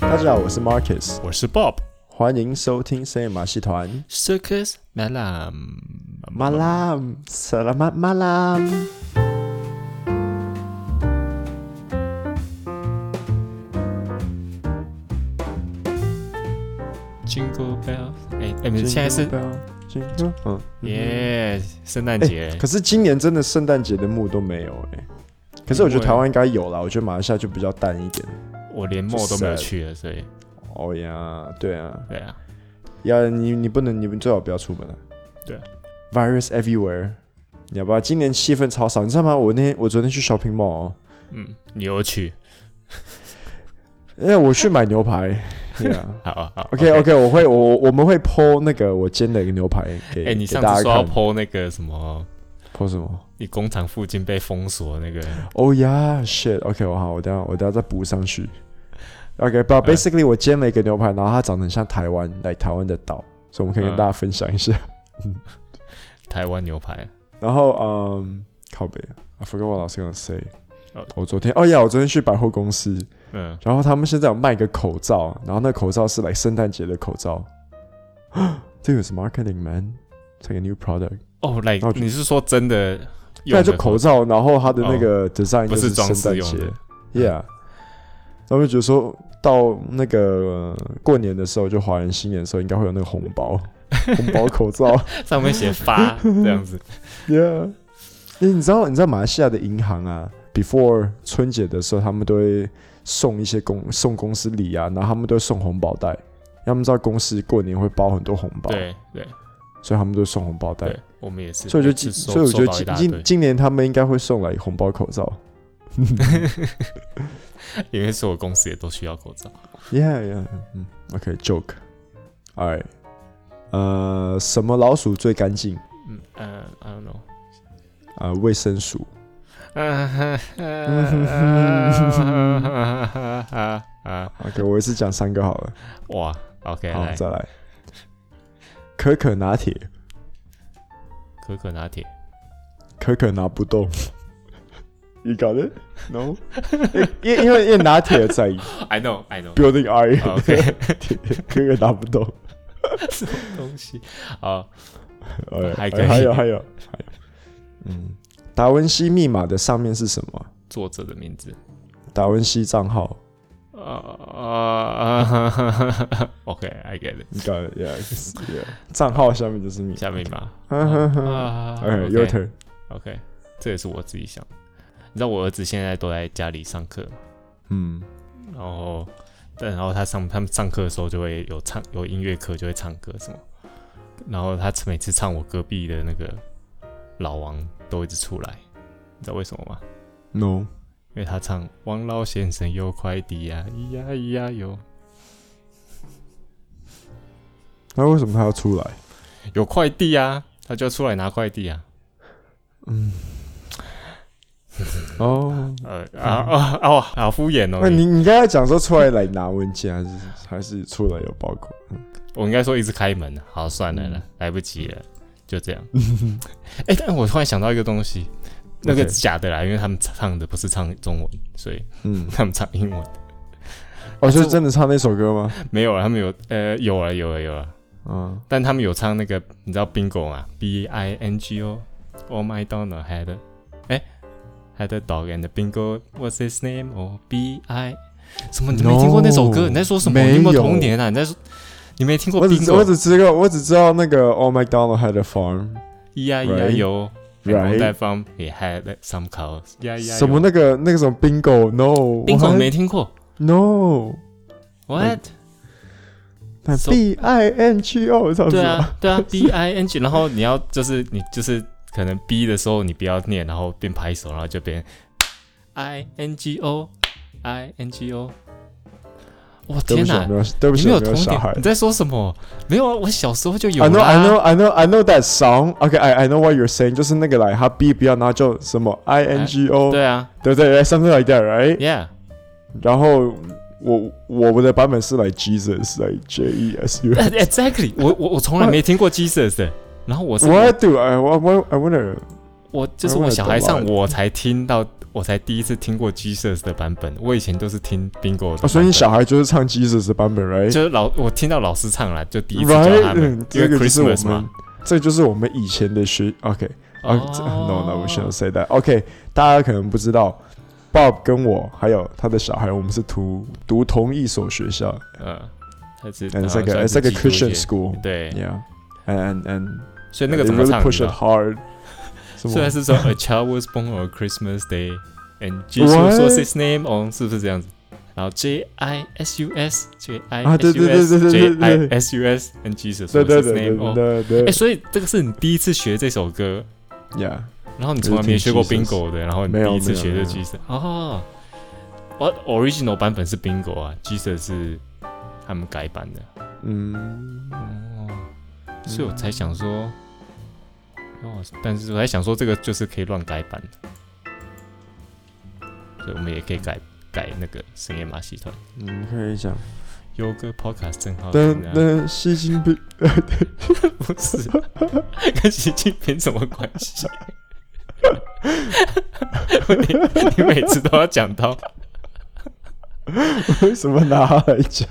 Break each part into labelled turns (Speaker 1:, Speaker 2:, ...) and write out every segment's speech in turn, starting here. Speaker 1: 家好，我是 Marcus，
Speaker 2: 我是 Bob
Speaker 1: 欢迎收听深夜马戏团。
Speaker 2: Circus Malam。
Speaker 1: 马拉萨拉马马拉，
Speaker 2: Jingle Bell，哎哎，不是，现在是
Speaker 1: 今天嗯耶。
Speaker 2: 耶，圣诞节
Speaker 1: 哎可。是今年真的圣诞节的幕都没有哎、可是我觉得
Speaker 2: 因为
Speaker 1: 台湾应该有啦，我觉得马来西亚就比较淡一点。
Speaker 2: 我连梦都没有去了，所以
Speaker 1: 哦呀，对啊，
Speaker 2: 对啊，
Speaker 1: 要你你不能，你们最好不要出门了。
Speaker 2: 对啊
Speaker 1: ，Virus everywhere，你要不要？今年气氛超少，你知道吗？我那天我昨天去 shopping mall，哦、
Speaker 2: 嗯，你有去？
Speaker 1: 因为我去买牛 排。对啊。
Speaker 2: 好啊好
Speaker 1: OK OK，我会我我们会 PO 那个我煎的一个牛排给
Speaker 2: 哎，你
Speaker 1: 给
Speaker 2: 上
Speaker 1: 大
Speaker 2: 次
Speaker 1: 家
Speaker 2: 说要
Speaker 1: 看。
Speaker 2: PO 那个什么，
Speaker 1: PO 什么
Speaker 2: 你工厂附近被封锁 那个，
Speaker 1: ？Oh yeah shit。OK，我好，我等一下我等一下再补上去。OK，不、
Speaker 2: 哎
Speaker 1: basically 我煎了一个牛排，然后它长得很像台湾来台湾的岛，所以我们可以跟
Speaker 2: 嗯
Speaker 1: 大家分享一下。
Speaker 2: 台湾牛排。
Speaker 1: 然后嗯，靠北，I forgot what I was gonna say
Speaker 2: 哦。
Speaker 1: 我昨天，哦呀，我昨天去百货公司，
Speaker 2: 嗯，
Speaker 1: 然后他们现在有卖一个口罩，然后那口罩是来圣诞节的口罩。 这个是 marketing man，这个 new product。
Speaker 2: 哦，like
Speaker 1: 那我觉得
Speaker 2: 你是说真的用
Speaker 1: 那
Speaker 2: 的？
Speaker 1: 就
Speaker 2: 哦
Speaker 1: 口罩，然后它的那个 design
Speaker 2: 不
Speaker 1: 就是
Speaker 2: 装
Speaker 1: 圣
Speaker 2: 饰
Speaker 1: 诞
Speaker 2: 用
Speaker 1: 节
Speaker 2: 的。
Speaker 1: ，Yeah。然后就觉得说到那个呃过年的时候，就华人新年的时候，应该会有那个红 包、红包口罩
Speaker 2: 上面 写发这样子。
Speaker 1: ，Yeah。因为你知道，你知道马来西亚的银行啊，before 春节的时候，他们都会送一些公送公司礼啊，然后他们都会送红包袋。他们知道公司过年会包很多红包，
Speaker 2: 对对
Speaker 1: 所以他们就送红包袋
Speaker 2: 对。，我们也是。
Speaker 1: 所以我就
Speaker 2: 每
Speaker 1: 今，
Speaker 2: 次收
Speaker 1: 所以我觉
Speaker 2: 收到一
Speaker 1: 得
Speaker 2: 大
Speaker 1: 今
Speaker 2: 堆
Speaker 1: 今今年他们应该会送来红包口罩。
Speaker 2: 因为所有公司也都需要口罩。
Speaker 1: Yeah, yeah. 嗯，OK, joke. Alright. 呃，什么老鼠最干净？
Speaker 2: 嗯呃，I don't know。
Speaker 1: 啊，卫生鼠。
Speaker 2: 啊啊
Speaker 1: OK，我也是讲三个好了。
Speaker 2: 哇，OK，
Speaker 1: 好，
Speaker 2: 来
Speaker 1: 再来。可可拿铁，
Speaker 2: 可可拿铁，
Speaker 1: 可可拿不动。You got it? No. 因因因为因为拿铁在
Speaker 2: I know，I know，
Speaker 1: building iron，、
Speaker 2: OK，
Speaker 1: 可可拿不动。
Speaker 2: 东西啊，
Speaker 1: Alright，
Speaker 2: 还可以
Speaker 1: 还有还有还有，嗯，达文西密码的上面是什么？
Speaker 2: 作者的名字
Speaker 1: 达文西账号。
Speaker 2: 啊啊，OK，I get it，
Speaker 1: You got it. Yeah. it's- Yeah. 账号下面就是密码。
Speaker 2: 下面吧，
Speaker 1: 啊
Speaker 2: 啊
Speaker 1: 哎，Your turn。
Speaker 2: turn，OK，这也是我自己想的，你知道我儿子现在都在家里上课吗
Speaker 1: 嗯，
Speaker 2: 然后，但然后他上他们上课的时候就会有唱有音乐课就会唱歌什么，然后他每次唱我隔壁的那个老王都一直出来，你知道为什么吗？
Speaker 1: No，
Speaker 2: 因为他唱王老先生有快递呀、咿呀咿呀哟，
Speaker 1: 那为什么他要出来？
Speaker 2: 有快递呀、他就要出来拿快递啊。
Speaker 1: 哦，
Speaker 2: 呃 啊啊啊哦，好敷衍哦
Speaker 1: 那！你你刚才讲说出来来拿文件，还是还是出来有包裹？
Speaker 2: 我应该说一直开门啊。好，算了
Speaker 1: 嗯
Speaker 2: 啦，来不及了，就这样。哎、但我突然想到一个东西，那个
Speaker 1: OK
Speaker 2: 假的啦，因为他们唱的不是唱中文，所以
Speaker 1: 嗯，
Speaker 2: 他们唱英文
Speaker 1: 哦，所以真的唱那首歌吗？
Speaker 2: 没有了，他们有呃有了有了有了，
Speaker 1: 嗯，
Speaker 2: 但他们有唱那个你知道 bingo 吗？B I N G O Oh my Donna had a- 哎 had a dog and a bingo what's his name or B I 什么你没
Speaker 1: No，
Speaker 2: 听过那首歌？你在说什
Speaker 1: 没
Speaker 2: 么？
Speaker 1: 有
Speaker 2: 你有没有童年啊？你在说你没听过
Speaker 1: 我只
Speaker 2: bingo？
Speaker 1: 我只知道我只知道那个 Old MacDonald had a farm，
Speaker 2: 咿呀咿呀
Speaker 1: Right
Speaker 2: 哟。然
Speaker 1: Right
Speaker 2: 后对方也 had some cows，呀哎呀，
Speaker 1: 什么那个那个什么 Bingo，No，
Speaker 2: 冰桶没听过
Speaker 1: No，
Speaker 2: ，what？
Speaker 1: 那
Speaker 2: So-
Speaker 1: B I N G O 这样子
Speaker 2: 对
Speaker 1: 吗，
Speaker 2: 啊，对啊，B I N G，然后你要就是你就是可能 B 的时候你不要念，然后边拍手，然后就边 I N G O I N G O。我
Speaker 1: 对不
Speaker 2: 天
Speaker 1: 起，我
Speaker 2: 哪
Speaker 1: 没！有，对不
Speaker 2: 你
Speaker 1: 起，
Speaker 2: 没
Speaker 1: 我
Speaker 2: 有
Speaker 1: 没有
Speaker 2: 童
Speaker 1: 小孩
Speaker 2: 年？你。在说什么？没有啊，我小时候就有
Speaker 1: I know, I
Speaker 2: 啦
Speaker 1: know, I know, I know that song. OK, I I know what you're saying. 就是那个来，他 B 不要，然后就什么 I N G O，
Speaker 2: 对啊
Speaker 1: 对不对？Something like that, right?
Speaker 2: ，Yeah，
Speaker 1: 然后我我们的版本是来 Jesus，来 J E S U。
Speaker 2: Exactly，我我 我从来没听过 Jesus 的，然后我是
Speaker 1: What do I? What, what I wonder?
Speaker 2: 我就是我小孩上我才听到我才第一次听过 Jesus 的版本，我以前都是听 Bingo 的版本、
Speaker 1: 啊所以你小孩就是唱 Jesus 的版本，right？
Speaker 2: 就是老我听到老师唱了，就第一次教他
Speaker 1: 哎 right，
Speaker 2: 们
Speaker 1: 嗯，
Speaker 2: 因
Speaker 1: 这
Speaker 2: 为
Speaker 1: 个就是我
Speaker 2: Christmas
Speaker 1: 们
Speaker 2: 嘛。，哦
Speaker 1: 这就是我们以前的学。OK，啊、这 no no，we shouldn't say that。OK，大家可能不知道，Bob 跟我还有他的小孩，我们是读读同一所学校
Speaker 2: 嗯，它是
Speaker 1: ，and it's like
Speaker 2: 好
Speaker 1: a it's
Speaker 2: 像
Speaker 1: like
Speaker 2: 算
Speaker 1: a
Speaker 2: 是基督
Speaker 1: Christian
Speaker 2: 教
Speaker 1: school。
Speaker 2: 对，
Speaker 1: Yeah，and and and
Speaker 2: 所以那个怎
Speaker 1: they
Speaker 2: 么
Speaker 1: really
Speaker 2: 唱？你
Speaker 1: push
Speaker 2: 知
Speaker 1: it
Speaker 2: 道
Speaker 1: hard 什么。
Speaker 2: 虽然是说 A child was born on Christmas Day and Jesus was his name on，是不是这样子？然后 J I S U S J I
Speaker 1: 啊
Speaker 2: S
Speaker 1: 对
Speaker 2: U
Speaker 1: 对对
Speaker 2: S
Speaker 1: 对对
Speaker 2: J
Speaker 1: 对
Speaker 2: I
Speaker 1: 对
Speaker 2: S U S and Jesus
Speaker 1: 对
Speaker 2: was
Speaker 1: 对对
Speaker 2: his
Speaker 1: 对
Speaker 2: name Oh. on。
Speaker 1: 对对
Speaker 2: 哎，
Speaker 1: 对
Speaker 2: 所以这个是你第一次学这首歌，
Speaker 1: ，Yeah，
Speaker 2: 然后你从来没学过
Speaker 1: 我是听 Jesus
Speaker 2: Bingo 的，然后你
Speaker 1: 没有
Speaker 2: 第一次
Speaker 1: 没有
Speaker 2: 学
Speaker 1: 没
Speaker 2: 这
Speaker 1: 有
Speaker 2: Jesus 哦。我 original 版本是 Bingo 啊，Jesus 是他们改版的。Mm.
Speaker 1: 嗯，
Speaker 2: 哦，所以我才想说，哦，但是我才想说，这个就是可以乱改版的，所以我们也可以改改那个深夜马戏团。
Speaker 1: 你可以讲，
Speaker 2: 有个 podcast 真好
Speaker 1: 但
Speaker 2: 听啊，
Speaker 1: 但吸睛不
Speaker 2: 不是 跟习近平什么关系？ 你你每次都要讲到
Speaker 1: 为什么拿他来讲？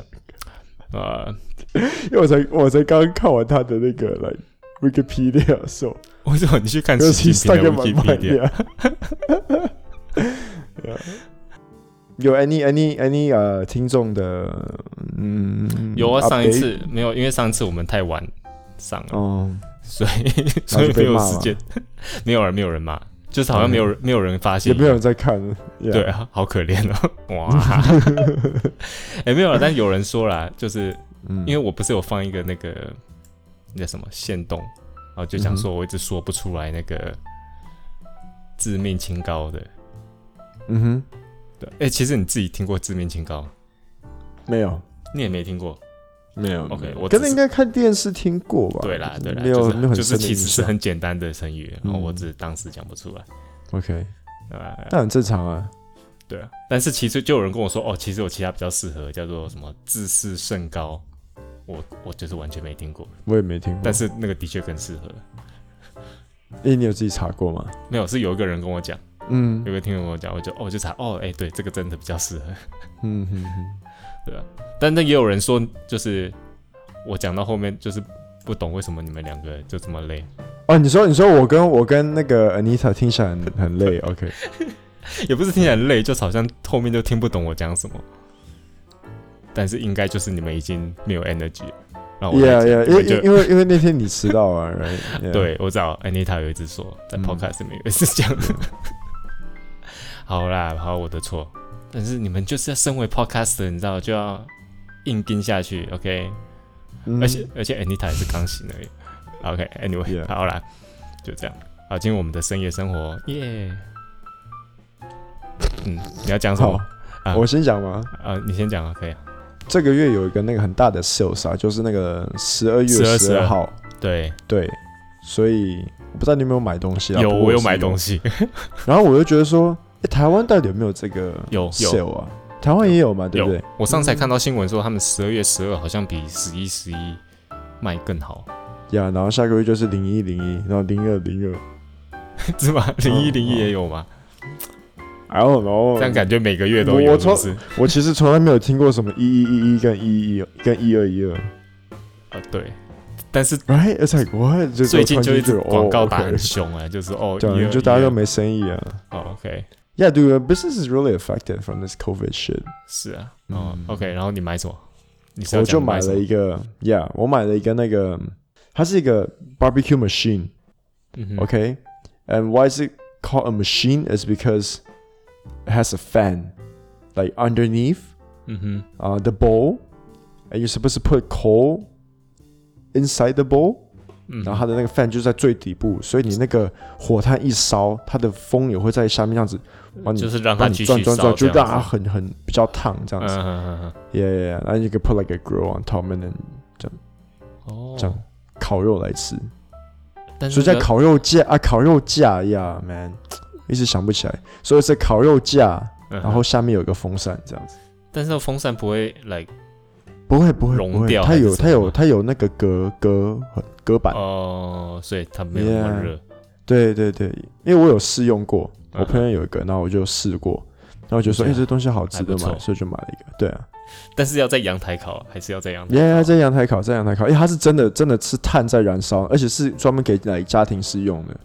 Speaker 2: 啊、
Speaker 1: 因 为我才我才刚看完他的那个 like Wikipedia 的时候，
Speaker 2: 为什么你去看
Speaker 1: 因为
Speaker 2: 习
Speaker 1: he's
Speaker 2: 近
Speaker 1: stuck
Speaker 2: 平
Speaker 1: in
Speaker 2: 的
Speaker 1: my mind.
Speaker 2: Wikipedia？
Speaker 1: Yeah. Yeah. 有 any any any 呃、听众的嗯
Speaker 2: 有啊，上一
Speaker 1: update？
Speaker 2: 次没有，因为上次我们太晚上了。
Speaker 1: 哦，
Speaker 2: 所以
Speaker 1: 然
Speaker 2: 所
Speaker 1: 后就
Speaker 2: 以没
Speaker 1: 被
Speaker 2: 有
Speaker 1: 骂
Speaker 2: 时
Speaker 1: 嘛
Speaker 2: 间，没有人没有人骂，就是好像没有人、没有人发现
Speaker 1: 也
Speaker 2: 一
Speaker 1: 没有
Speaker 2: 样，
Speaker 1: 人在看了，yeah，
Speaker 2: 对啊，好可怜哦， 哇，哎、没有了，但有人说啦，就是
Speaker 1: 嗯，
Speaker 2: 因
Speaker 1: 为
Speaker 2: 为我不是有放一个那个那叫什么线动，然后就想说我一直说不出来那个致命清高的，
Speaker 1: 嗯
Speaker 2: 对，哎、其实你自己听过致命清高，
Speaker 1: 哼，没有
Speaker 2: 你也没听过，
Speaker 1: 没有
Speaker 2: OK，
Speaker 1: 没有
Speaker 2: 我只
Speaker 1: 可能应该看电视听过吧？
Speaker 2: 对啦对啦，
Speaker 1: 没有
Speaker 2: 就
Speaker 1: 没有很
Speaker 2: 是就是
Speaker 1: 深的
Speaker 2: 其实
Speaker 1: 印
Speaker 2: 是
Speaker 1: 象
Speaker 2: 很简单的成语，然后我
Speaker 1: 嗯
Speaker 2: 只是当时讲不出来，
Speaker 1: OK，
Speaker 2: 对吧？
Speaker 1: 那很正常啊，
Speaker 2: 对啊，但是其实就有人跟我说，哦，其实有其他比较适合，叫做什么自视甚高，我我就是完全没听过，
Speaker 1: 我也没听过，
Speaker 2: 但是那个的确更适合。
Speaker 1: 诶，你有自己查过吗？
Speaker 2: 没有，是有一个人跟我讲，
Speaker 1: 嗯
Speaker 2: 有个听众跟我讲，我就哦我就查，哦，哎、对，这个真的比较适合，
Speaker 1: 嗯哼哼，
Speaker 2: 对啊。但那也有人说，就是我讲到后面就是不懂为什么你们两个就这么累，
Speaker 1: 哦，你说你说我跟我跟那个 Anita 听起来很很累，OK，
Speaker 2: 也不是听起来累，就是好像后面就听不懂我讲什么。但是应该就是你们已经没有 energy 了，然后我
Speaker 1: Yeah,
Speaker 2: 在
Speaker 1: yeah，
Speaker 2: 讲你
Speaker 1: 因为
Speaker 2: 们就
Speaker 1: 因因为因为那天你迟到啊 ，right？yeah，
Speaker 2: 对，我知道 Anita 有一次说，在
Speaker 1: 嗯
Speaker 2: Podcast 里面有一次讲。 好啦，好，我的错。但是你们就是要身为 Podcaster，你知道就要硬盯下去，OK？、
Speaker 1: 嗯
Speaker 2: 而且而且 Anita 也是刚醒而已。OK，Anyway，、
Speaker 1: Yeah
Speaker 2: 好啦，就这样。好，进入我们的深夜生活，耶、嗯，你要讲什么
Speaker 1: 好？
Speaker 2: 啊
Speaker 1: 我先讲嘛，
Speaker 2: 啊，你先讲啊，可以啊。
Speaker 1: 这个月有一个那个很大的 sales 啊，就是那个十二月
Speaker 2: 12
Speaker 1: 十二号，
Speaker 2: 对，
Speaker 1: 对，所以我不知道你有没有买东西啊？
Speaker 2: 有，我有买东
Speaker 1: 西，
Speaker 2: 西，
Speaker 1: 然后我就觉得说，诶台湾到底有没有这个
Speaker 2: 有有
Speaker 1: sale 啊？台湾也有嘛，对不对？
Speaker 2: 我上次还看到新闻说，他们十二月十二好像比十一十一卖更好，
Speaker 1: 呀，然后下个月就是零一零一，然后零二零二
Speaker 2: 是吗？零一零一
Speaker 1: 嗯
Speaker 2: 也有吗？
Speaker 1: ，I don't know，
Speaker 2: 这样感觉每个月都
Speaker 1: 我
Speaker 2: 有，
Speaker 1: 从
Speaker 2: 是不是？
Speaker 1: 我其实从来没有听过什么一一一一跟一一跟一二一二
Speaker 2: 呃，对。但是
Speaker 1: ，right？It's like what？是
Speaker 2: 最近
Speaker 1: 我突
Speaker 2: 就一
Speaker 1: 然觉
Speaker 2: 直
Speaker 1: 得
Speaker 2: 广告打
Speaker 1: 哦
Speaker 2: 很
Speaker 1: ，OK
Speaker 2: 凶啊，就是哦，
Speaker 1: 对啊，
Speaker 2: 一二
Speaker 1: 就大家
Speaker 2: 一
Speaker 1: 都
Speaker 2: 二
Speaker 1: 没生意啊。
Speaker 2: 哦，OK，
Speaker 1: Yeah, dude, your business is really affected from this COVID shit.
Speaker 2: 是啊，哦
Speaker 1: 嗯
Speaker 2: ，OK，然后你买什么？你是要
Speaker 1: 我
Speaker 2: 讲
Speaker 1: 就
Speaker 2: 你买
Speaker 1: 买
Speaker 2: 什
Speaker 1: 了
Speaker 2: 么
Speaker 1: 一个，Yeah，我买了一个那个，它是一个 barbecue machine。
Speaker 2: 嗯哼
Speaker 1: Okay, and why is it called a machine? Is because it has a fan, like underneath
Speaker 2: 嗯哼，
Speaker 1: uh, the bowl, and you're supposed to put coal inside the bowl.
Speaker 2: 嗯
Speaker 1: 然后它的那个 fan 就在最底部，所以你那个火炭一烧，它的风也会在下面这样子帮你
Speaker 2: 就是让它
Speaker 1: 帮你
Speaker 2: 继
Speaker 1: 转
Speaker 2: 续
Speaker 1: 转
Speaker 2: 烧
Speaker 1: 转，
Speaker 2: 这
Speaker 1: 就
Speaker 2: 样
Speaker 1: 让它
Speaker 2: 子，
Speaker 1: 很很比较烫这样
Speaker 2: 嗯
Speaker 1: 子。
Speaker 2: 嗯嗯嗯
Speaker 1: Yeah, yeah, yeah. And you can put like a grill on top and then
Speaker 2: 哦，
Speaker 1: 这样烤肉来吃。
Speaker 2: 但
Speaker 1: 所
Speaker 2: 是
Speaker 1: 以在
Speaker 2: 那个
Speaker 1: 烤肉架啊，烤肉架呀、m a n 一直想不起来。所以是烤肉架，
Speaker 2: 嗯
Speaker 1: 然后下面有一个风扇这样子。
Speaker 2: 但是那个风扇不会来
Speaker 1: 不会不会
Speaker 2: 融
Speaker 1: 不会，
Speaker 2: 掉
Speaker 1: 它
Speaker 2: 还是
Speaker 1: 有
Speaker 2: 什
Speaker 1: 它
Speaker 2: 么吗
Speaker 1: 有它有那个隔隔隔板。
Speaker 2: 哦，所以它没有那么
Speaker 1: Yeah
Speaker 2: 热，
Speaker 1: 对对对，因为我有试用过，
Speaker 2: 嗯
Speaker 1: 我朋友有一个，然后我就试过，然后我就说，哎、
Speaker 2: 对啊
Speaker 1: 这东西好值
Speaker 2: 还
Speaker 1: 得
Speaker 2: 不
Speaker 1: 买，
Speaker 2: 错
Speaker 1: 所以就买了一个。对啊，
Speaker 2: 但是要在阳台烤，还是要在阳台
Speaker 1: 耶、
Speaker 2: 烤？
Speaker 1: 在阳台烤，在阳台烤，哎、它是真的，真的是碳在燃烧，而且是专门给来家庭使用的，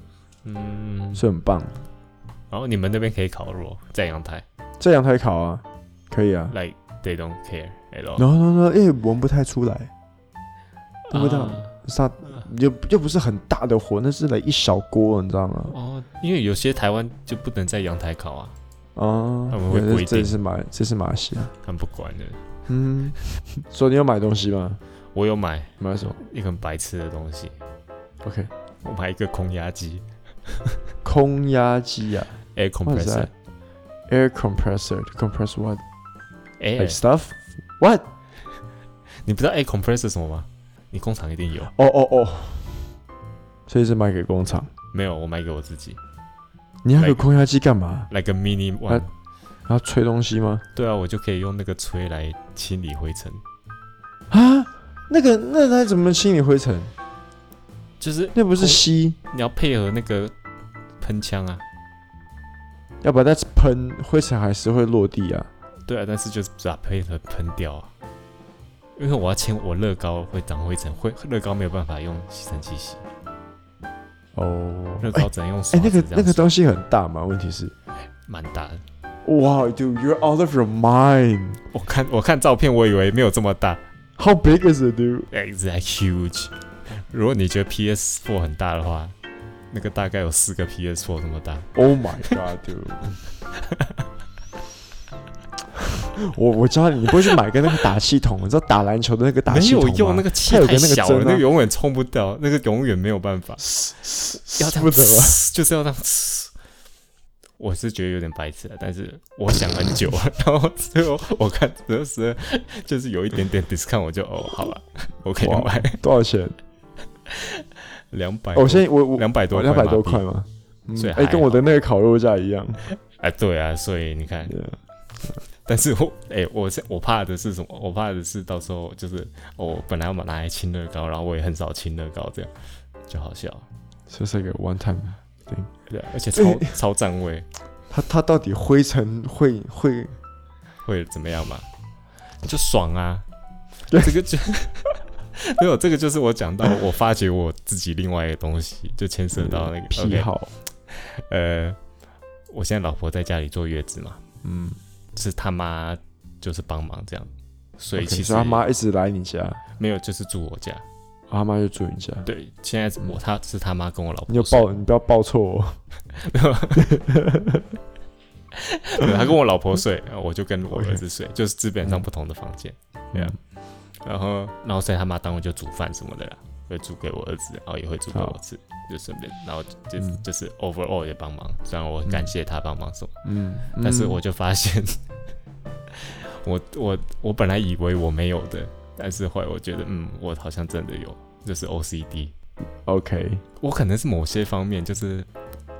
Speaker 2: 嗯，
Speaker 1: 所以很棒。
Speaker 2: 然后你们那边可以烤肉，在阳台
Speaker 1: 在阳台烤啊，可以啊。
Speaker 2: ，like they don't care at all，
Speaker 1: 然后呢，哎、闻不太出来，不知道
Speaker 2: 啊
Speaker 1: 是它又又不是很大的火，那是来一小锅，你知道吗？
Speaker 2: 哦，因为有些台湾就不能在阳台烤啊，
Speaker 1: 啊
Speaker 2: 他们，会规定
Speaker 1: 这是马，这是马来西亚。
Speaker 2: 他们不管的。
Speaker 1: 嗯，所以你有买东西吗？
Speaker 2: 我有买
Speaker 1: 买什么
Speaker 2: 一个很白痴的东西，
Speaker 1: ？OK，
Speaker 2: 我买一个空压机
Speaker 1: 空压机啊
Speaker 2: air
Speaker 1: What is
Speaker 2: compressor
Speaker 1: that?，air compressor to compress what like
Speaker 2: air，
Speaker 1: stuff? What?
Speaker 2: 你不知道 air compressor 是什么吗？你工厂一定有，
Speaker 1: 哦哦哦，所以是卖给工厂。
Speaker 2: 没有我买给我自己
Speaker 1: 你还有
Speaker 2: Like-
Speaker 1: 空压机干嘛？
Speaker 2: ，like a mini one，、
Speaker 1: 啊然后吹东西吗？
Speaker 2: 对啊，我就可以用那个吹来清理灰尘，
Speaker 1: 啊，那个那它怎么清理灰尘？
Speaker 2: 就是
Speaker 1: 那不是
Speaker 2: 空
Speaker 1: 吸，
Speaker 2: 你要配合那个喷枪啊，
Speaker 1: 要不然它喷灰尘还是会落地啊。
Speaker 2: 对啊，但是就是把配合喷掉啊，因为我要清我乐高会长灰尘，会乐高没有办法用吸尘器吸，
Speaker 1: 哦，
Speaker 2: 乐
Speaker 1: 哎
Speaker 2: 高只能用刷
Speaker 1: 哎，
Speaker 2: 子
Speaker 1: 那
Speaker 2: 这
Speaker 1: 个
Speaker 2: 样
Speaker 1: 那个
Speaker 2: 刷
Speaker 1: 东西很大嘛？问题是，
Speaker 2: 蛮大的，
Speaker 1: 哇，dude, you're out of your mind.
Speaker 2: 我看我看照片，我以为没有这么大
Speaker 1: How big is it, dude?
Speaker 2: ，it's like huge。如果你觉得 PS4 很大的话，那个大概有四个 PS4 这么大。
Speaker 1: Oh my god, dude. 我我教你，你不会去买个那个打气筒，你知道打篮球的那个打
Speaker 2: 没
Speaker 1: 气筒
Speaker 2: 有
Speaker 1: 吗？
Speaker 2: 用，那个气
Speaker 1: 它有个
Speaker 2: 太
Speaker 1: 那个
Speaker 2: 小
Speaker 1: 针
Speaker 2: 了，
Speaker 1: 啊
Speaker 2: 那个永远冲不掉，那个永远没有办法。要这
Speaker 1: 不
Speaker 2: 样
Speaker 1: 得了。
Speaker 2: 呲，就是要这样呲。我是觉得有点白痴啊，但是我想很久，啊 然后最后我看这是就是有一点点 discount，我就哦，好吧，我可以
Speaker 1: 哇
Speaker 2: 买
Speaker 1: 多少钱？
Speaker 2: 两百。
Speaker 1: 哦我现在我我
Speaker 2: 两百多，
Speaker 1: 两百多
Speaker 2: 马币
Speaker 1: 块。吗？嗯
Speaker 2: 所以
Speaker 1: 哎、
Speaker 2: 还
Speaker 1: 跟我的那个烤肉架一样。
Speaker 2: 哎，对啊，所以你看，
Speaker 1: Yeah
Speaker 2: 但是我哎、我是我怕的是什么？我怕的是到时候就是、哦我本来要拿来清乐高，然后我也很少清乐高，这样就好笑。
Speaker 1: 所以是一个 one time。
Speaker 2: 对啊、而且
Speaker 1: 哎
Speaker 2: 超超占位
Speaker 1: 它它到底灰尘会会
Speaker 2: 会怎么样 嘛？就爽啊！
Speaker 1: 对
Speaker 2: 这个就 没有这个就是我讲到我发觉我自己另外一个东西，就牵涉到那个
Speaker 1: 嗯癖
Speaker 2: OK，
Speaker 1: 好？
Speaker 2: 呃，我现在老婆在家里坐月子嘛，
Speaker 1: 嗯，
Speaker 2: 是他妈就是帮忙这样，所以
Speaker 1: OK，
Speaker 2: 其实
Speaker 1: 所以他妈一直来你家，
Speaker 2: 没有就是住我家。
Speaker 1: 他妈就住你家。
Speaker 2: 对，现在是我他是他妈跟我老婆
Speaker 1: 你就
Speaker 2: 睡
Speaker 1: 抱，你不要抱错我。
Speaker 2: 对他跟我老婆睡，然后我就跟我
Speaker 1: OK
Speaker 2: 儿子睡，就是基本上不同的房间。对啊然后，然后所以他妈当然就煮饭什么的啦，会煮给我儿子，然后也会煮给我吃，就顺便，然后就、
Speaker 1: 嗯
Speaker 2: 就是 overall 也帮忙。虽然我很感谢他帮忙什么，
Speaker 1: 嗯，嗯
Speaker 2: 但是我就发现， 我我我本来以为我没有的，但是后来我觉得，嗯，我好像真的有，就是 OCD。
Speaker 1: OK，
Speaker 2: 我可能是某些方面，就是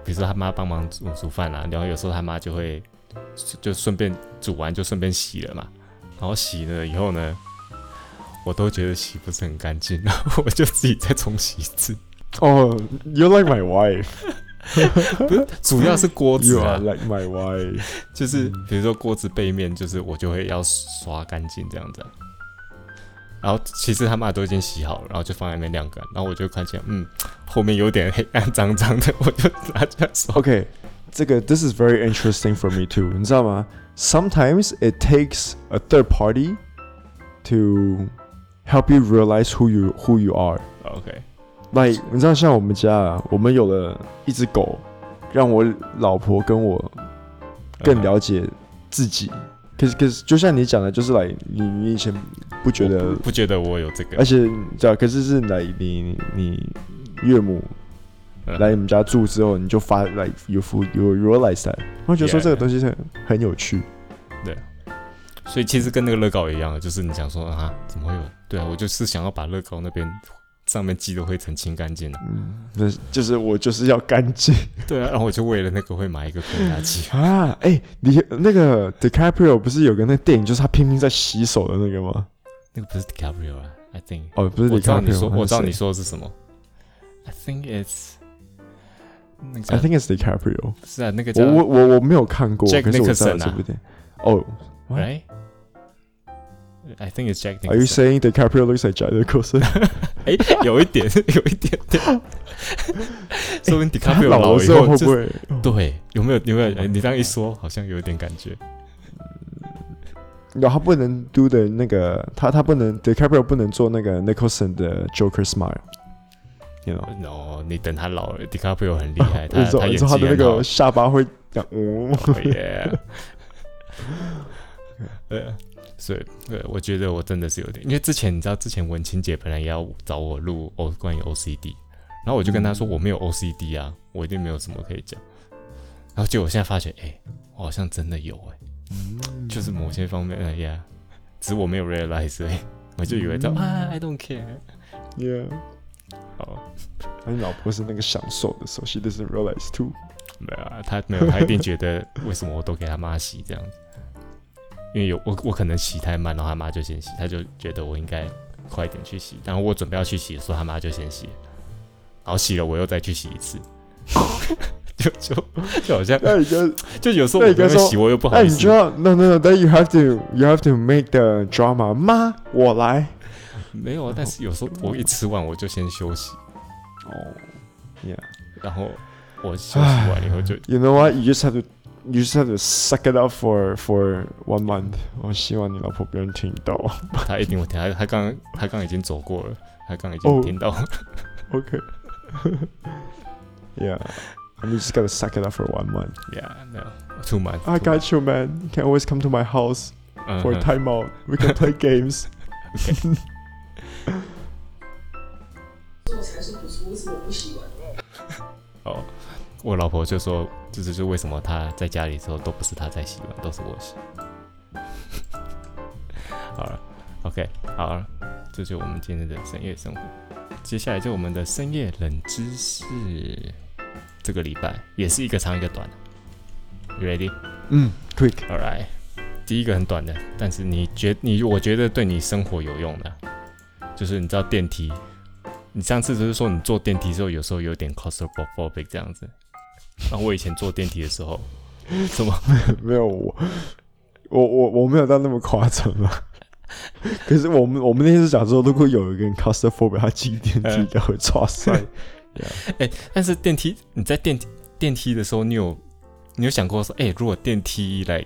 Speaker 2: 比如说他妈帮忙煮煮饭啦、然后有时候他妈就会就就顺便煮完就顺便洗了嘛，然后洗了以后呢，我都觉得洗不是很干净， 然后我就自己再重洗一次。
Speaker 1: 哦、y o u like my wife，
Speaker 2: 不是，主要是锅子
Speaker 1: you are
Speaker 2: 啊，
Speaker 1: like my wife。
Speaker 2: 就是比如说锅子背面，就是我就会要刷干净这样子啊、然后其实他妈都已经洗好了，然后就放在那边晾干，然后我就看见，嗯，后面有点黑暗脏脏的，我就拿起来刷
Speaker 1: OK，这个 this is very interesting for me too，你知道吗？Sometimes it takes a third party to help you realize who you who you are。
Speaker 2: OK，
Speaker 1: like 你知道，像我们家啊，我们有了一只狗，让我老婆跟我
Speaker 2: 嗯
Speaker 1: 更了解自己。可是可是，就像你讲的，就是来你你以前不觉
Speaker 2: 我
Speaker 1: 得
Speaker 2: 不，不觉得我有这个
Speaker 1: 而，且你知道，可是是来你你你岳母
Speaker 2: 嗯
Speaker 1: 来你们家住之后，你就发来 you feel you realize that，我就觉得说
Speaker 2: Yeah.
Speaker 1: 这个东西是很很有趣。
Speaker 2: 所以其实跟那个乐高一样，就是你想说啊，怎么会有？对啊，我就是想要把乐高那边上面积的灰尘清干净的。
Speaker 1: 嗯，那就是我就是要干 净。
Speaker 2: 对啊，然后我就为了那个会买一个空压机
Speaker 1: 啊！哎、你那个 DiCaprio 不是有个那电影，就是他拼命在洗手的那个吗？
Speaker 2: 那个不是 DiCaprio 啊，I think。
Speaker 1: 哦，不是
Speaker 2: 我知道你
Speaker 1: DiCaprio，
Speaker 2: 说，
Speaker 1: 那是
Speaker 2: 我知道
Speaker 1: 谁
Speaker 2: 你说的是什么。I think it's 那个
Speaker 1: I think it's DiCaprio。
Speaker 2: 是啊，那个叫
Speaker 1: 我我我我没有看过
Speaker 2: Jack
Speaker 1: 可是我知道
Speaker 2: Nicholson 啊
Speaker 1: 这部电影。哦、what？
Speaker 2: right，I think it's Jack
Speaker 1: a r e you
Speaker 2: Nicholson。
Speaker 1: saying DiCaprio looks like Jack Nicholson？
Speaker 2: 哎，有一点， 有一点， 对说明
Speaker 1: 他
Speaker 2: DiCaprio
Speaker 1: 老
Speaker 2: 老
Speaker 1: 了
Speaker 2: 以
Speaker 1: 之后
Speaker 2: 后
Speaker 1: 会
Speaker 2: 就
Speaker 1: 不会？
Speaker 2: 对，有没有有没有？哎你这样一说，好像有一点感觉。
Speaker 1: 然后他不能 do 的那个，他他不能 DiCaprio 不能做那个 Nicholson 的 Joker smile，you know？
Speaker 2: no，你哦等他老了，DiCaprio 很厉 害，他
Speaker 1: 你知道
Speaker 2: 他
Speaker 1: 你
Speaker 2: 演
Speaker 1: 知
Speaker 2: 技
Speaker 1: 道他的那
Speaker 2: 很好
Speaker 1: 个。下巴会讲哦，
Speaker 2: 耶， 对，啊所以对，我觉得我真的是有点，因为之前你知道，之前文清姐本来也要找我录 O 关于 OCD，然后我就跟她说我没有 OCD 啊，我一定没有什么可以讲。然后结果我现在发觉，哎、我好像真的有哎、就是某些方面，哎呀，只是我没有 realize 而已，我就以为叫、
Speaker 1: 嗯
Speaker 2: 啊，I don't care。哦
Speaker 1: Yeah，
Speaker 2: 好，
Speaker 1: 那你老婆是那个享受的时候，she doesn't realize too。
Speaker 2: 没有啊，她没有，她一定觉得为什么我都给她妈洗这样子，因为有我我可能洗太慢，然后她妈就先洗，她就觉得我应该快一点去洗，然后我准备要去洗的时候，她妈就先洗，然后洗了我又再去洗一次， 就就就好像
Speaker 1: 那你就
Speaker 2: 就有时候
Speaker 1: 那
Speaker 2: 我
Speaker 1: 你就
Speaker 2: 在
Speaker 1: 说
Speaker 2: 洗我 又不好
Speaker 1: 那
Speaker 2: 意
Speaker 1: 你知
Speaker 2: 思，
Speaker 1: 道，no no no，that you have to you have to make the drama。妈，我来。
Speaker 2: 没有，啊，但是有时候我一吃完我就先休息，
Speaker 1: 哦，Yeah。
Speaker 2: 然后我休息完以后就
Speaker 1: You know what? You just have to, you just have to suck it up for for one month. 我希望你老婆不用听到。
Speaker 2: 她一定会听，她她刚她刚刚已经走过了，她刚刚已经
Speaker 1: 哦
Speaker 2: 听到。
Speaker 1: OK. yeah. And you just gotta suck it up for one month.
Speaker 2: Yeah, no, too much.
Speaker 1: I
Speaker 2: too much.
Speaker 1: got you, man. You can always come to my house for a
Speaker 2: 嗯哼
Speaker 1: timeout. We can play games.
Speaker 3: 做才是读书，为什么我不喜欢？
Speaker 2: 哦，我老婆就说，这就是为什么她在家里的时候都不是她在洗碗，都是我洗。 好了，OK，好了，这就是我们今天的深夜生活。接下来就我们的深夜冷知识，这个礼拜也是一个长一个短。You ready?
Speaker 1: 嗯，Quick. Mm,
Speaker 2: All right. 第一个很短的，但是你觉你我觉得对你生活有用的，就是你知道电梯，你上次就是说你坐电梯的时候有时候有点 claustrophobic 这样子。然后我以前坐电梯的 时候，什么
Speaker 1: 没有我，我我我没有到那么夸张啊。 可是我们我们那天是讲说，如果有一个人 claustrophobic，他进电梯应该会抓塞。
Speaker 2: 哎、但是电梯你在电梯电梯的时候，你有你有想过说，哎、如果电梯来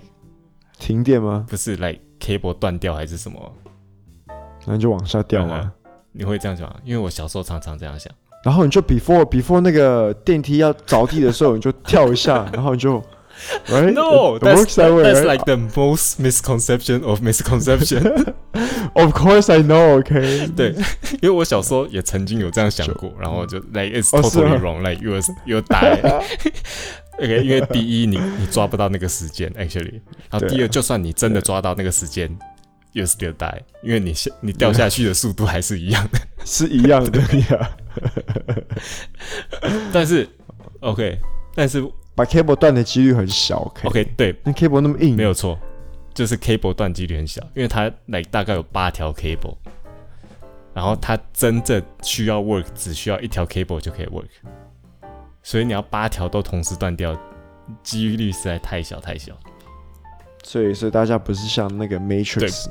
Speaker 1: 停电吗？
Speaker 2: 不是来 cable 断掉还是什么，
Speaker 1: 那你就往下掉吗？
Speaker 2: 你会这样想吗？因为我小时候常常这样想。
Speaker 1: 然后你就 before before 那个电梯要着地的时候，你就跳一下， 然后你就 right
Speaker 2: No,
Speaker 1: it
Speaker 2: that's
Speaker 1: works that way.
Speaker 2: that's
Speaker 1: right?
Speaker 2: like the most misconception of misconception.
Speaker 1: of course I know. OK，
Speaker 2: 对，因为我小时候也曾经有这样想 过，然后就 like it's
Speaker 1: 哦是吗
Speaker 2: totally wrong, like you're you're die. OK，因为第一你你抓不到那个时间，actually，然后
Speaker 1: 对啊
Speaker 2: 第二就算你真的抓到那个时间，you still die，因为你下你掉下去的速度还是一样 的。
Speaker 1: 是一样 的呀。
Speaker 2: 但是 OK，但是
Speaker 1: 把 cable 断的几率很小。OK，,
Speaker 2: OK 对，
Speaker 1: 那 cable 那么硬，
Speaker 2: 没有错，就是 cable 断几率很小，因为它 like 大概有八条 cable，然后它真正需要 work 只需要一条 cable 就可以 work，所以你要八条都同时断掉，几率实在太小太小。
Speaker 1: 所以所以大家不是像那个 Matrix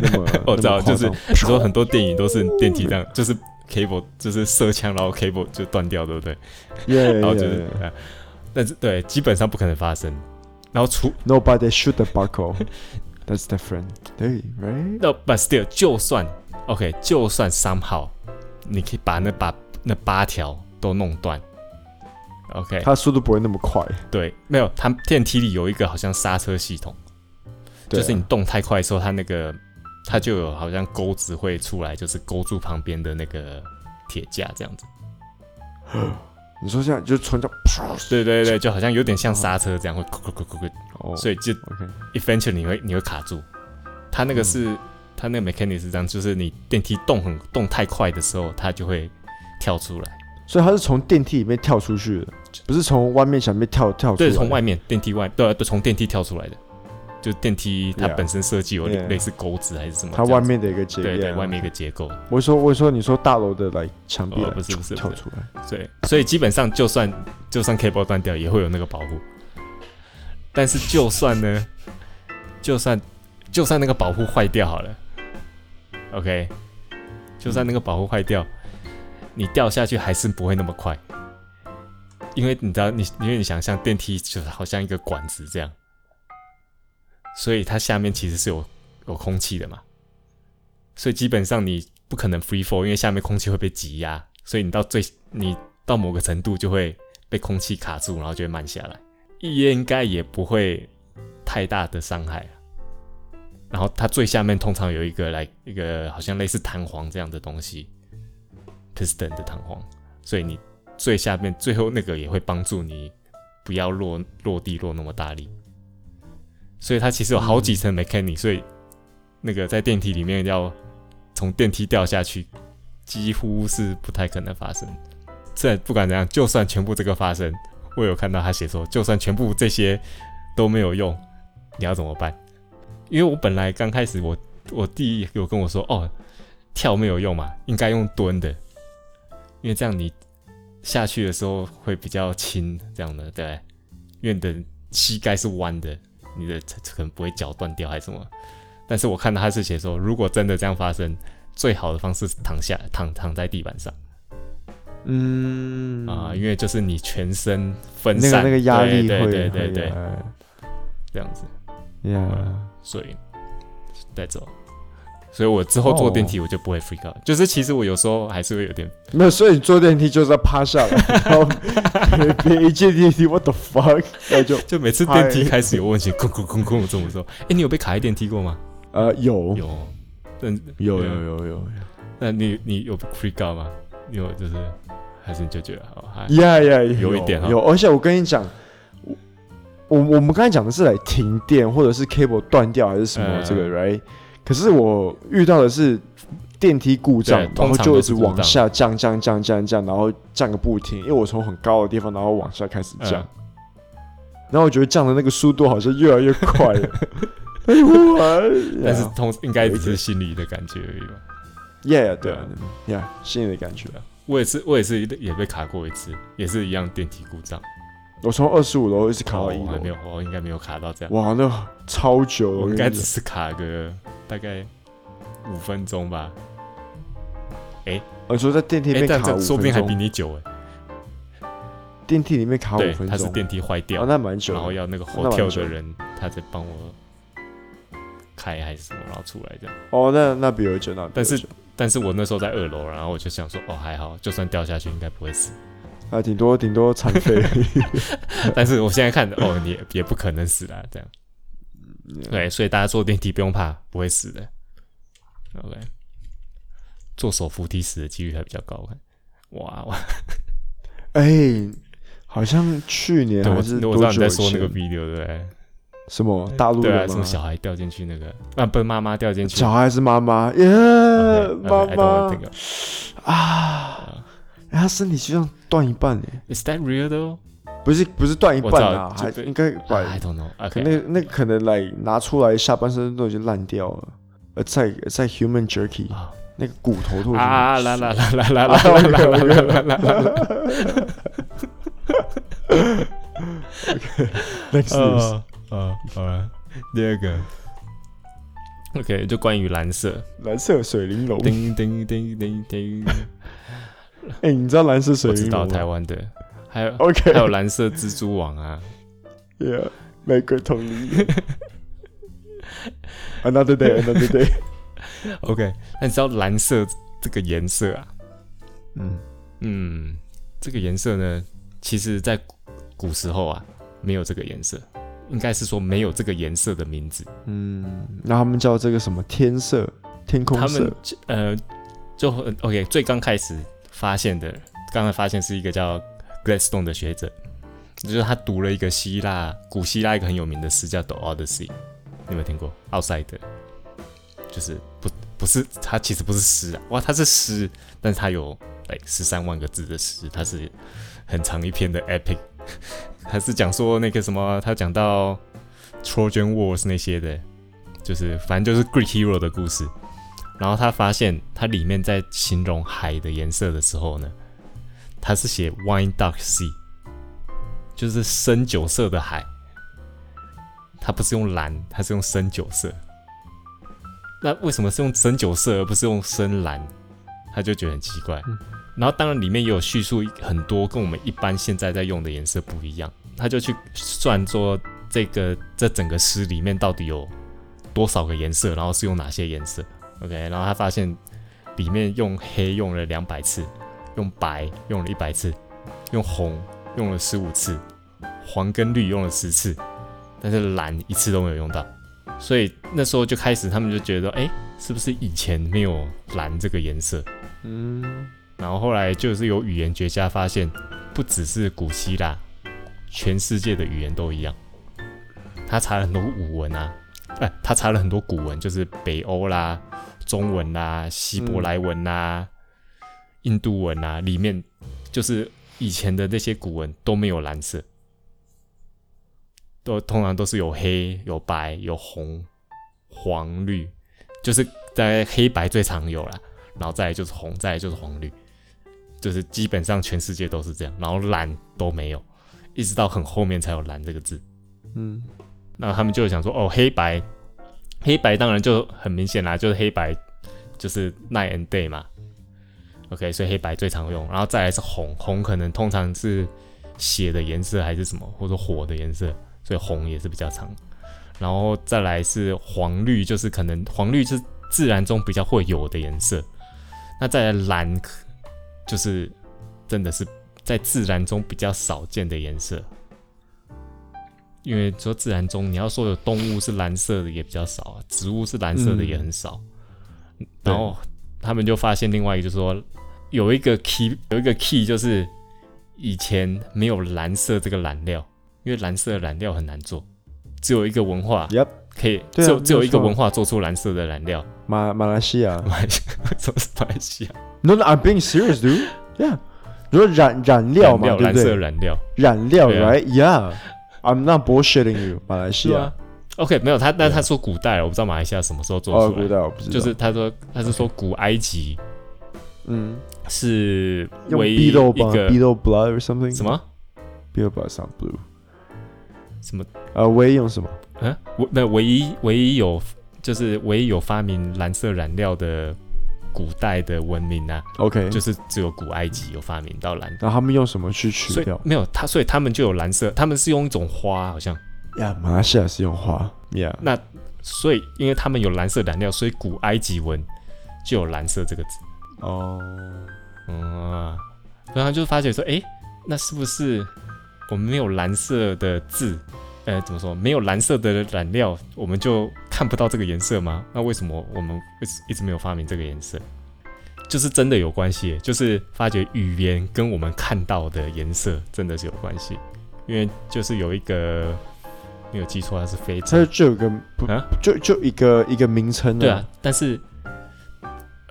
Speaker 1: 那么
Speaker 2: 我知道，就是
Speaker 1: 你
Speaker 2: 你说很多电影都是电梯这样，就是 cable 就是射枪，然后 cable 就断掉，对不对？
Speaker 1: yeah,
Speaker 2: 然
Speaker 1: yeah,
Speaker 2: 后就是，呃但是对，基本上不可能发生。然后除
Speaker 1: no, but they shoot the buckle. That's different. 对，right?
Speaker 2: 那 but still，就算 OK，就算 somehow，你可以把那把那八条都弄断。OK，
Speaker 1: 它速度不会那么快，
Speaker 2: 对，没有，它电梯里有一个好像刹车系统，
Speaker 1: 对啊
Speaker 2: 就是你动太快的时候，它那个它就有好像钩子会出来，就是勾住旁边的那个铁架这样子。
Speaker 1: 你说像就纯叫，
Speaker 2: 对对对，就好像有点像刹车这样，会咕咕咕咕咕，
Speaker 1: 哦，
Speaker 2: 所以就
Speaker 1: OK，
Speaker 2: eventually 你会你会卡住。它那个是、
Speaker 1: 嗯
Speaker 2: 它那个 mechanic 是这样，就是你电梯动很动太快的时候，它就会跳出来。
Speaker 1: 所以它是从电梯里面跳出去的，不是从外面墙面跳跳出来
Speaker 2: 对，
Speaker 1: 的，
Speaker 2: 从外面电梯外，对、啊，对，从电梯跳出来的，就电梯它
Speaker 1: Yeah.
Speaker 2: 本身设计有
Speaker 1: Yeah.
Speaker 2: 类似钩子还是什么这
Speaker 1: 它
Speaker 2: 样子，
Speaker 1: 外面的一个结
Speaker 2: 对对，
Speaker 1: yeah
Speaker 2: 外面一个结构，
Speaker 1: 我说我说你说大楼的来墙壁
Speaker 2: 哦
Speaker 1: 来
Speaker 2: 不是不是
Speaker 1: 跳
Speaker 2: 不是
Speaker 1: 出来，
Speaker 2: 对，所以基本上就算就算 cable 断掉，也会有那个保护。但是就算呢，就算就算那个保护坏掉好了，OK，就算那个保护坏掉，你掉下去还是不会那么快，因为你知道你，因为你想象电梯就是好像一个管子这样，所以它下面其实是有有空气的嘛，所以基本上你不可能 free fall，因为下面空气会被挤压，所以你到最你到某个程度就会被空气卡住，然后就会慢下来。应该也不会太大的伤害啊。然后它最下面通常有一个来一个好像类似弹簧这样的东西，piston 的弹簧，所以你最下面最后那个也会帮助你不要落落地落那么大力。所以它其实有好几层 mechanic，所以那个在电梯里面要从电梯掉下去，几乎是不太可能发生。这不管怎样，就算全部这个发生，我有看到他写说，就算全部这些都没有用，你要怎么办？因为我本来刚开始我我弟有跟我说，哦，跳没有用嘛，应该用蹲的，因为这样你下去的时候会比较轻，这样的对不对，因为你的膝盖是弯的，你的可能不会脚断掉还是什么。但是我看到他是写说，如果真的这样发生，最好的方式是躺下躺躺在地板上。
Speaker 1: 嗯
Speaker 2: 啊、因为就是你全身分
Speaker 1: 那个
Speaker 2: 散，
Speaker 1: 那个压力
Speaker 2: 对
Speaker 1: 会
Speaker 2: 对对对对，哦
Speaker 1: 对，
Speaker 2: 这样子，
Speaker 1: 呀，
Speaker 2: 所以带走。所以我之后坐电梯我就不会 freak out，、就是其实我有时候还是会有点，
Speaker 1: 没有，所以你坐电梯就是要趴下来， 然 后别别一进电梯，what the fuck，那就
Speaker 2: 就每次电梯开始有问题，空空空空这么
Speaker 1: 哦
Speaker 2: 说。哎、你有被卡在电梯过吗？
Speaker 1: 呃有
Speaker 2: 有，但
Speaker 1: 有有有有
Speaker 2: 那你你有 freak out 吗？你有就是还是你就觉得哦好还
Speaker 1: 呀呀，有
Speaker 2: 有一点哈
Speaker 1: 有，而且我跟你讲，我我我们刚才讲的是来停电或者是 cable 断掉还是什么
Speaker 2: 嗯
Speaker 1: 这个 right，可是我遇到的是电梯故障，
Speaker 2: 对
Speaker 1: 然
Speaker 2: 通
Speaker 1: 后
Speaker 2: 常
Speaker 1: 就一直
Speaker 2: 都是故
Speaker 1: 往
Speaker 2: 障
Speaker 1: 下降降降降降，然后降个不停，因为我从很高的地方然后往下开始降，
Speaker 2: 嗯
Speaker 1: 然后我觉得降的那个速度好像越来越快 了。哎呦啊
Speaker 2: 但是通应该只是心理的感觉而已吧。
Speaker 1: ，yeah，对啊，yeah，心里的感觉。
Speaker 2: 我也是，我也是也被卡过一次，也是一样电梯故障。
Speaker 1: 我从二十五楼一直卡到一
Speaker 2: 哦我还没
Speaker 1: 楼，
Speaker 2: 有，我应该没有卡到这样。
Speaker 1: 哇，那超久了，
Speaker 2: 我应
Speaker 1: 跟
Speaker 2: 该
Speaker 1: 你
Speaker 2: 只是卡个大概五分钟吧。
Speaker 1: 哦我说在电梯里
Speaker 2: 哎、
Speaker 1: 面
Speaker 2: 但
Speaker 1: 卡五
Speaker 2: 这说不
Speaker 1: 分
Speaker 2: 定还
Speaker 1: 钟，
Speaker 2: 比你久哎、
Speaker 1: 电梯里面卡五
Speaker 2: 对
Speaker 1: 分，
Speaker 2: 他是
Speaker 1: 钟，
Speaker 2: 电梯坏掉，
Speaker 1: 哦，那蛮久
Speaker 2: 然后
Speaker 1: 的。
Speaker 2: 要那个
Speaker 1: 那
Speaker 2: 后
Speaker 1: 蛮
Speaker 2: 跳
Speaker 1: 久
Speaker 2: 的
Speaker 1: 的
Speaker 2: 人，他在帮我开还是什么，然后出来这样。
Speaker 1: 哦，那那比我久，那比
Speaker 2: 但是
Speaker 1: 我久
Speaker 2: 但是我那时候在二楼，然后我就想说，哦，还好，就算掉下去应该不会死。
Speaker 1: 啊，顶多顶多残废。
Speaker 2: 但是我现在看，哦，你也也不可能死啦，这样。对，所以大家坐电梯不用怕，不会死的。OK，坐手扶梯死的几率还比较高，我看。哇，我
Speaker 1: 哎，好像去年
Speaker 2: 对，我
Speaker 1: 还
Speaker 2: 知
Speaker 1: 是多
Speaker 2: 我知道你
Speaker 1: 久
Speaker 2: 在
Speaker 1: 以
Speaker 2: 说那
Speaker 1: 前？
Speaker 2: 个 video 对不对？
Speaker 1: 什么大陆
Speaker 2: 对啊，
Speaker 1: 的
Speaker 2: 什
Speaker 1: 吗
Speaker 2: 么？小孩掉进去那个，啊，不是妈妈掉进去，
Speaker 1: 小孩是妈妈耶，妈妈
Speaker 2: 这个嗯
Speaker 1: 啊，哎他身体就像断一半哎，
Speaker 2: ，Is that real though？
Speaker 1: 不是不是断一
Speaker 2: 我
Speaker 1: 半
Speaker 2: 知道
Speaker 1: 啊，
Speaker 2: 就
Speaker 1: 还
Speaker 2: 被啊
Speaker 1: 应该把
Speaker 2: I don't know。
Speaker 1: 可
Speaker 2: OK，
Speaker 1: 那那可能来拿出来下半身都已经烂掉了，呃，在在 human jerky
Speaker 2: 啊
Speaker 1: 那个骨头都已经
Speaker 2: 啊啦啦啦啦啦啦啦啦啦啦啦啦，
Speaker 1: Next news
Speaker 2: 呃呃，好了，第二个，OK，就关于蓝色，
Speaker 1: 蓝色水玲珑。
Speaker 2: 叮叮叮叮叮，
Speaker 1: 哎、你知道蓝色水
Speaker 2: 我
Speaker 1: 玲
Speaker 2: 知道
Speaker 1: 珑
Speaker 2: 台
Speaker 1: 吗
Speaker 2: 湾的，还有
Speaker 1: ？OK，
Speaker 2: 还有蓝色蜘蛛网啊，
Speaker 1: Yeah，玫瑰同林。Another day, another day。
Speaker 2: OK，那你知道蓝色这个颜色啊？
Speaker 1: 嗯，
Speaker 2: 嗯，这个颜色呢，其实在古古时候啊，没有这个颜色，应该是说没有这个颜色的名字。
Speaker 1: 嗯，那他们叫这个什么天色、天空
Speaker 2: 他们
Speaker 1: 色？
Speaker 2: 就呃，就很 OK，最刚开始发现的，刚才发现是一个叫 Gladstone 的学者，就是他读了一个希腊古希腊一个很有名的诗叫《The Odyssey》，你有没有听过？奥赛德，就是不不是他其实不是诗啊，哇，他是诗，但是他有哎十三万个字的诗，它是很长一篇的 epic，他是讲说那个什么，他讲到 Trojan Wars 那些的，就是反正就是 Greek hero 的故事。然后他发现，它里面在形容海的颜色的时候呢，它是写 wine dark sea，就是深酒色的海，它不是用蓝，它是用深酒色。那为什么是用深酒色而不是用深蓝？他就觉得很奇怪。然后当然里面也有叙述很多跟我们一般现在在用的颜色不一样，他就去算说这个这整个诗里面到底有多少个颜色，然后是用哪些颜色。OK，然后他发现里面用黑用了两百次，用白用了一百次，用红用了十五次，黄跟绿用了十次，但是蓝一次都没有用到。所以那时候就开始，他们就觉得，哎、是不是以前没有蓝这个颜色？
Speaker 1: 嗯，
Speaker 2: 然后后来就是有语言学家发现，不只是古希腊，全世界的语言都一样。他查了很多古文啊，哎，他查了很多古文，就是北欧啦、中文啦、希伯来文啦、印度文啦，里面就是以前的那些古文都没有蓝色，都通常都是有黑、有白、有红、黄、绿，就是在黑白最常有啦。然后再来就是红，再来就是黄绿，就是基本上全世界都是这样，然后蓝都没有，一直到很后面才有蓝这个字。
Speaker 1: 嗯，
Speaker 2: 那他们就想说，哦，黑白，黑白当然就很明显啦，就是黑白就是 night and day 嘛。OK，所以黑白最常用，然后再来是红，红可能通常是血的颜色还是什么，或者火的颜色，所以红也是比较常。然后再来是黄绿，就是可能黄绿是自然中比较会有的颜色。那再来蓝，就是真的是在自然中比较少见的颜色，因为说自然中你要说有动物是蓝色的也比较少啊，植物是蓝色的也很少。然后他们就发现另外一个，就是说有一个 key 有一个 key 就是以前没有蓝色这个染料，因为蓝色的染料很难做，只有一个文化
Speaker 1: Yep，
Speaker 2: 可以，只
Speaker 1: 对啊
Speaker 2: 有只有一个
Speaker 1: 没错
Speaker 2: 文化做出蓝色的染料，
Speaker 1: 马马来西 亚
Speaker 2: 马来西亚，什么是马来西亚？
Speaker 1: ，No no，I'm being serious, dude. Yeah，你说染染 料嘛，对
Speaker 2: 染料
Speaker 1: 不
Speaker 2: 蓝色的
Speaker 1: 对？
Speaker 2: 染料。
Speaker 1: 染料
Speaker 2: 对啊
Speaker 1: ，right? Yeah, I'm not bullshitting you. 马来西亚，
Speaker 2: OK，没有他，但他说古代了，我不知道马来西亚什么时候做
Speaker 1: 啊哦，
Speaker 2: 啊出来。
Speaker 1: 古代我不知道，
Speaker 2: 就是他说，他是说古埃及
Speaker 1: 嗯，
Speaker 2: 是
Speaker 1: 用
Speaker 2: 唯一一
Speaker 1: beetle 吧
Speaker 2: 个
Speaker 1: ，beetle blood or something？
Speaker 2: 什么
Speaker 1: beetle blood s o n blue？
Speaker 2: 什么
Speaker 1: 呃，唯一用什么？
Speaker 2: 嗯，唯那唯一唯一有就是唯一有发明蓝色染料的古代的文明啊，
Speaker 1: OK，
Speaker 2: 就是只有古埃及有发明到蓝，
Speaker 1: 然后他们用什么去
Speaker 2: 所
Speaker 1: 取
Speaker 2: 以
Speaker 1: 掉？
Speaker 2: 没有他，所以他们就有蓝色，他们是用一种花好像。
Speaker 1: 呀，马来西亚是用花，Yeah，
Speaker 2: 那所以，因为他们有蓝色染料，所以古埃及文就有蓝色这个字。
Speaker 1: 哦，
Speaker 2: 嗯，然后就发觉说，诶，那是不是我们没有蓝色的字？呃，怎么说？没有蓝色的染料，我们就看不到这个颜色吗？那为什么我们一直一直没有发明这个颜色？就是真的有关系，就是发觉语言跟我们看到的颜色真的是有关系，因为就是有一个没有记错，它是非洲
Speaker 1: 这就有个不
Speaker 2: 啊
Speaker 1: 就就一个一个名称
Speaker 2: 对啊，，但是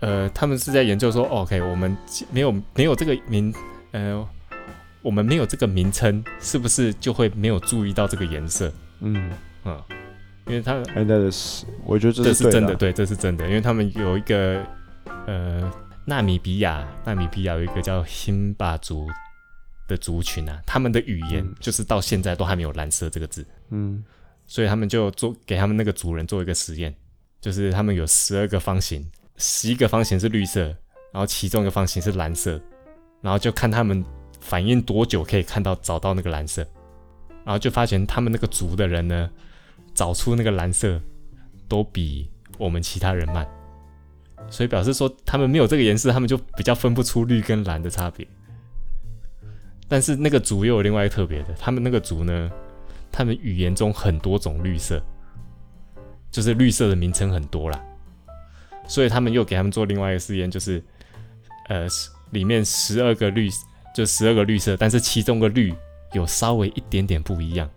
Speaker 2: 呃，他们是在研究说、哦、，OK，我们没有没有这个名，呃，我们没有这个名称，是不是就会没有注意到这个颜色？
Speaker 1: 嗯
Speaker 2: 嗯，因为他
Speaker 1: ，And that is，我觉得
Speaker 2: 这
Speaker 1: 这
Speaker 2: 是
Speaker 1: 是
Speaker 2: 真的，啊
Speaker 1: 对
Speaker 2: 对，这是真的，因为他们有一个呃，纳米比亚，纳米比亚有一个叫辛巴族的族群啊，他们的语言
Speaker 1: 嗯
Speaker 2: 就是到现在都还没有蓝色这个字。
Speaker 1: 嗯
Speaker 2: 所以他们就做给他们那个主人做一个实验，就是他们有十二个方形，十一个方形是绿色，然后其中一个方形是蓝色，然后就看他们反应多久可以看到找到那个蓝色，然后就发现他们那个族的人呢，找出那个蓝色都比我们其他人慢，所以表示说他们没有这个颜色，他们就比较分不出绿跟蓝的差别。但是那个族又有另外一个特别的，他们那个族呢，他们语言中很多种绿色，就是绿色的名称很多啦，所以他们又给他们做另外一个试验，就是呃，十里面十二个绿，就十二个绿色，但是其中的绿有稍微一点点不一样。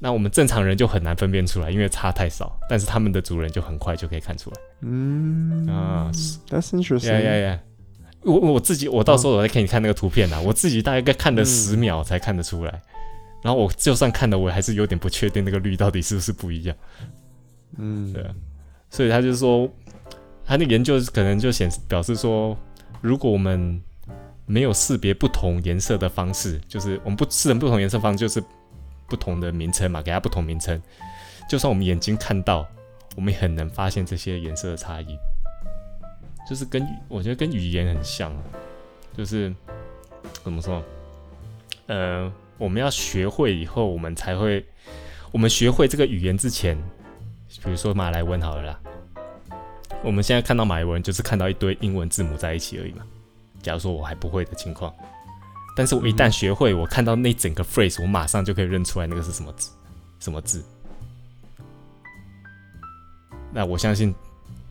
Speaker 2: 那我们正常人就很难分辨出来，因为差太少。但是他们的主人就很快就可以看出来
Speaker 1: 嗯
Speaker 2: 啊，
Speaker 1: ，That's
Speaker 2: 呀呀
Speaker 1: interesting，
Speaker 2: 呀！我我自己，我到时候我再给你看那个图片啦。啊我自己大概看了
Speaker 1: 嗯
Speaker 2: 十秒才看得出来，然后我就算看了，我还是有点不确定那个绿到底是不是不一样。
Speaker 1: 嗯
Speaker 2: 对，啊，所以他就说，他那个研究可能就显示表示说，如果我们没有识别不同颜色的方式，就是我们不识人不同颜色方式就是不同的名称嘛，给它不同名称。就算我们眼睛看到，我们也很难发现这些颜色的差异。就是跟我觉得跟语言很像啊，就是怎么说？呃，我们要学会以后，我们才会，我们学会这个语言之前，比如说马来文好了啦，我们现在看到马来文就是看到一堆英文字母在一起而已嘛。假如说我还不会的情况，但是我一旦学会，我看到那整个 phrase，我马上就可以认出来那个是什么字，什么字。那我相信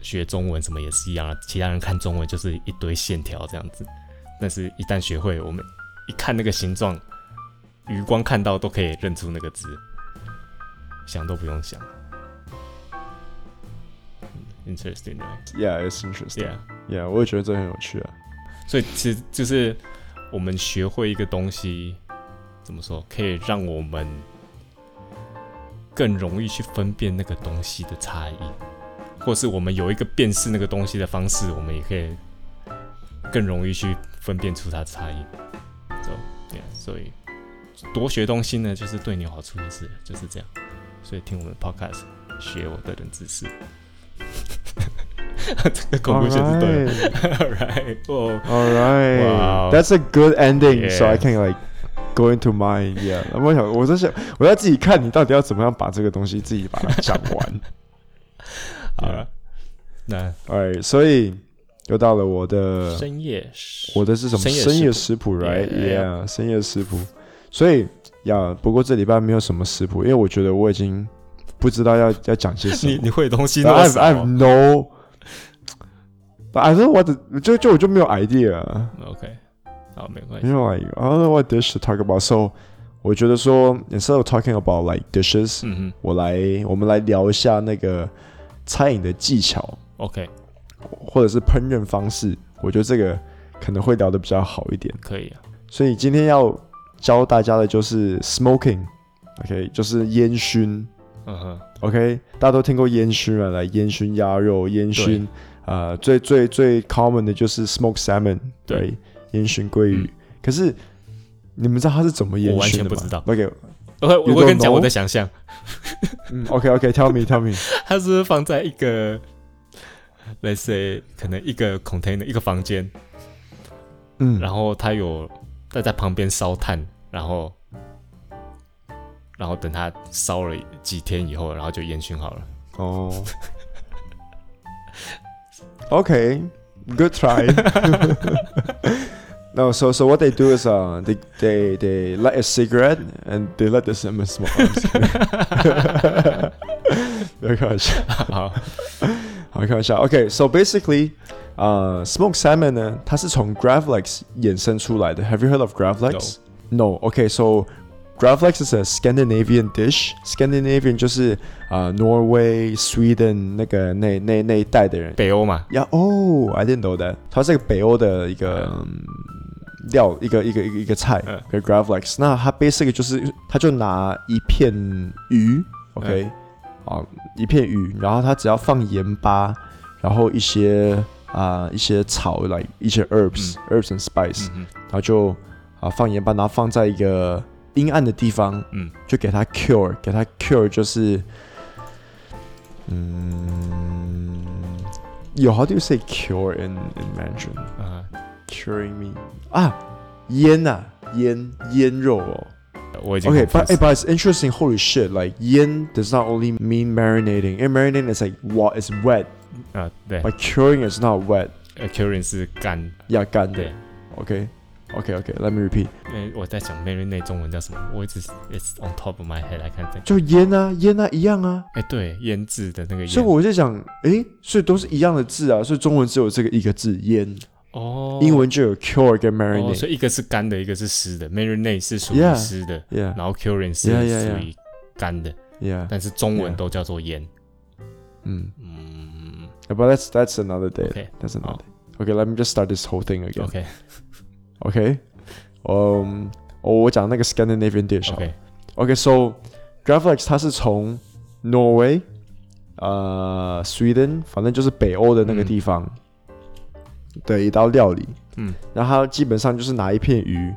Speaker 2: 学中文什么也是一样啊，其他人看中文就是一堆线条这样子，但是一旦学会，我们一看那个形状，余光看到都可以认出那个字，想都不用想。嗯 Interesting, right?
Speaker 1: Yeah, it's interesting.
Speaker 2: Yeah.
Speaker 1: Yeah，我也觉得这很有趣啊。
Speaker 2: 所以其实就是我们学会一个东西，怎么说，可以让我们更容易去分辨那个东西的差异，或是我们有一个辨识那个东西的方式，我们也可以更容易去分辨出它的差异。So yeah，所以多学东西呢，就是对你有好处就是了就是这样。所以听我们的 podcast，学我的人知识。 这个恐怖写是对的。
Speaker 1: Alright.
Speaker 2: Alright，哦，
Speaker 1: All right,
Speaker 2: Wow.
Speaker 1: that's a good ending. So I
Speaker 2: Yeah.
Speaker 1: can like go into mine. Yeah，那我想，我在想，我要自己看你到底要怎么样把这个东西自己把它讲 完。
Speaker 2: 好了，那
Speaker 1: All right，所以又到了我的
Speaker 2: 深夜食
Speaker 1: 呃我的是什么？深夜食谱
Speaker 2: 谱
Speaker 1: ，right?
Speaker 2: Yeah.
Speaker 1: Yeah，深夜食谱。所以呀，不过这礼拜没有什么食谱，因为我觉得我已经不知道要要讲些什么。
Speaker 2: 你你会的东西
Speaker 1: But
Speaker 2: 那
Speaker 1: I
Speaker 2: 么
Speaker 1: have, I have
Speaker 2: 少
Speaker 1: no. But I don't know what the, 就就我就没有 idea，
Speaker 2: ，OK，好，没关系
Speaker 1: you know like I don't know what dish to talk about. So 我觉得说 instead of talking about like dishes，、
Speaker 2: 嗯
Speaker 1: 我来我们来聊一下那个餐饮的技巧
Speaker 2: 哼，OK，
Speaker 1: 或者是烹饪方式，我觉得这个可能会聊得比较好一点。
Speaker 2: 可以啊，
Speaker 1: 所以今天要教大家的就是 smoking，OK，、就是烟熏。
Speaker 2: 嗯哼，
Speaker 1: OK，大家都听过烟熏啊，来烟熏鸭肉、烟熏，呃，最最最 common 的就是 smoke salmon，
Speaker 2: 对
Speaker 1: 对，烟熏鲑鱼。
Speaker 2: 嗯
Speaker 1: 可是你们知道它是怎么烟
Speaker 2: 我完
Speaker 1: 熏
Speaker 2: 全
Speaker 1: 的吗？
Speaker 2: 不知道
Speaker 1: OK，
Speaker 2: 我会
Speaker 1: You
Speaker 2: 我会
Speaker 1: don't
Speaker 2: 跟你讲
Speaker 1: know？
Speaker 2: 我的想象，
Speaker 1: 嗯，OK OK，tell、me，tell me。
Speaker 2: 它是不是放在一个类似可能一个 container 一个房间，
Speaker 1: 嗯，
Speaker 2: 然后它有它在旁边烧炭，然后然后等它烧了几天以后，然后就烟熏好了。
Speaker 1: 哦，OK，good、try 。No, so so what they do is uh they they they light a cigarette and they let the salmon smoke. 没开玩笑。
Speaker 2: 好，
Speaker 1: 好，开玩笑。OK，so、basically，呃、s m o k e salmon 呢，它是从 Gravlax 衍生出来的。Have you heard of Gravlax? No. OK，so、Gravlax is a Scandinavian dish. Scandinavian 就是啊、Norway、Sweden 那个那那那一带的人。
Speaker 2: 北欧嘛，
Speaker 1: 呀哦，I didn't know that。它是一个北欧的一个、嗯料，一个一个一个一个菜，
Speaker 2: 嗯
Speaker 1: 跟 Gravlax。那它 basically 就是，它就拿一片鱼，OK，啊、
Speaker 2: 嗯
Speaker 1: 一片鱼，然后它只要放盐巴，然后一些啊、一些草来一些 herbs、herbs and spice，、
Speaker 2: 嗯哼，
Speaker 1: 然后就啊、放盐巴，然后放在一个阴暗的地方，
Speaker 2: 嗯，
Speaker 1: 就给它 cure，给它 cure 就是，嗯，有 how do you say cure in in Mandarin？
Speaker 2: 嗯
Speaker 1: curing me 啊，烟呐、烟烟肉哦。
Speaker 2: 哼，我已经
Speaker 1: Okay, but,
Speaker 2: confused
Speaker 1: eh, but it's interesting. Holy shit! Like yin does not only mean marinating. And marinating is like what is wet.
Speaker 2: 啊，对
Speaker 1: Like curing is not wet.
Speaker 2: a c u r i n 是干，
Speaker 1: Yeah, 干的。
Speaker 2: 对，
Speaker 1: Okay, okay, okay. Let me repeat.
Speaker 2: 嗯，我在想 marinate 中文叫什么，我一直 it's on top of my head，I can't think。
Speaker 1: 就烟啊，烟啊一样啊。
Speaker 2: 哎，对，腌制的那个腌，
Speaker 1: 所以我就想，诶，所以都是一样的字啊，所以中文只有这个一个字烟，
Speaker 2: 哦，
Speaker 1: 英文就有 cure 跟
Speaker 2: 哦，
Speaker 1: marinate。
Speaker 2: 所以一个是干的，一个是湿的，marinate 是属于
Speaker 1: Yeah
Speaker 2: 湿的，
Speaker 1: Yeah,
Speaker 2: 然后 c u r i n 是
Speaker 1: Yeah, yeah,
Speaker 2: 属于干的，
Speaker 1: yeah.
Speaker 2: 但是中文
Speaker 1: Yeah
Speaker 2: 都叫做腌。
Speaker 1: 嗯
Speaker 2: 嗯
Speaker 1: ，But that's that's another day.
Speaker 2: OK
Speaker 1: That's another.
Speaker 2: 好
Speaker 1: day. Okay, let me just start this whole thing again.
Speaker 2: ，OK
Speaker 1: OK，嗯、我我讲那个 Scandinavian dish 好了。
Speaker 2: OK，
Speaker 1: OK，so、Gravlax 它是从 Norway，呃，Sweden，反正就是北欧的那个地方的一道料理。
Speaker 2: 嗯
Speaker 1: 然后它基本上就是拿一片鱼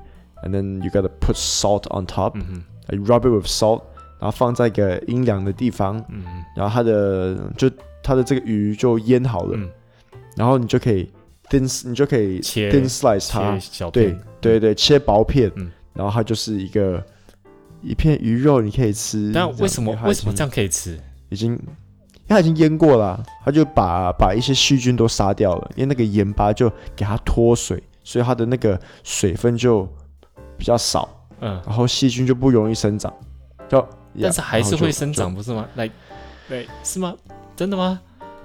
Speaker 1: ，and then you gotta put salt on top，、
Speaker 2: 嗯哼
Speaker 1: you rub it with salt，然后放在一个阴凉的地方，
Speaker 2: 嗯嗯
Speaker 1: 然后它的就它的这个鱼就腌好了，
Speaker 2: 嗯，
Speaker 1: 然后你就可以 thin 你就可以
Speaker 2: 切
Speaker 1: thin slice 它
Speaker 2: 切，小
Speaker 1: 对
Speaker 2: 片，
Speaker 1: 对对，切薄片，
Speaker 2: 嗯
Speaker 1: 然后它就是一个一片鱼肉，你可以吃。
Speaker 2: 但为什么为什么这
Speaker 1: 样
Speaker 2: 样可以吃？
Speaker 1: 已经？已经因为它已经腌过了啊，它就把把一些细菌都杀掉了，因为那个盐巴就给它脱水，所以它的那个水分就比较少，
Speaker 2: 嗯，
Speaker 1: 然后细菌就不容易生长。就
Speaker 2: 但是还是会生。
Speaker 1: 然
Speaker 2: 长，
Speaker 1: 后
Speaker 2: 不是吗？来，对，是吗？真的吗？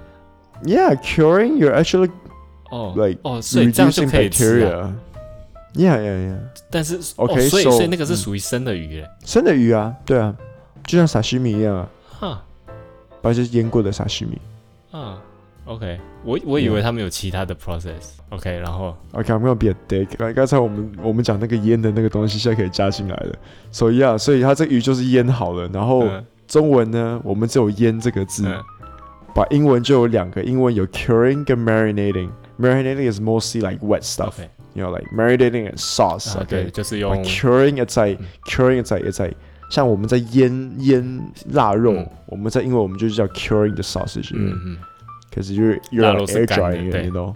Speaker 1: 就就 yeah, curing you're actually
Speaker 2: 哦
Speaker 1: like
Speaker 2: 哦，所以这样就
Speaker 1: reducing
Speaker 2: 可以吃
Speaker 1: bacteria.
Speaker 2: 啊。
Speaker 1: Yeah, yeah, yeah.
Speaker 2: 但是
Speaker 1: OK，
Speaker 2: 哦，所以
Speaker 1: so- 嗯
Speaker 2: 所以那个是属于生的鱼嘞，
Speaker 1: 生的鱼啊，对啊，就像沙西米一样啊，
Speaker 2: 哈
Speaker 1: 而且是腌过的沙西米。
Speaker 2: 啊，OK，我我以
Speaker 1: Yeah
Speaker 2: 为他们有其他的 process，OK，然后
Speaker 1: OK, I'm gonna be a dick. 刚刚才我们我们讲那个腌的那个东西，现在可以加进来了。所以啊，所以它这鱼就是腌好了。然后
Speaker 2: 嗯
Speaker 1: 中文呢，我们只有腌这个字，
Speaker 2: 嗯
Speaker 1: 把英文就有两个，英文有 curing 跟 marinating。Marinating is mostly like wet stuff,
Speaker 2: ，OK，
Speaker 1: you know, like marinating and sauce.
Speaker 2: 啊
Speaker 1: OK,
Speaker 2: 对，就是用
Speaker 1: but curing it's like curing it's like it's like 像我们在腌腌腊肉
Speaker 2: 嗯，
Speaker 1: 我们在英文我们就叫 curing the sausage.
Speaker 2: 嗯嗯
Speaker 1: Cause you're you're
Speaker 2: 腊
Speaker 1: like
Speaker 2: 肉
Speaker 1: air
Speaker 2: 是干的
Speaker 1: drying it,
Speaker 2: 对
Speaker 1: you know?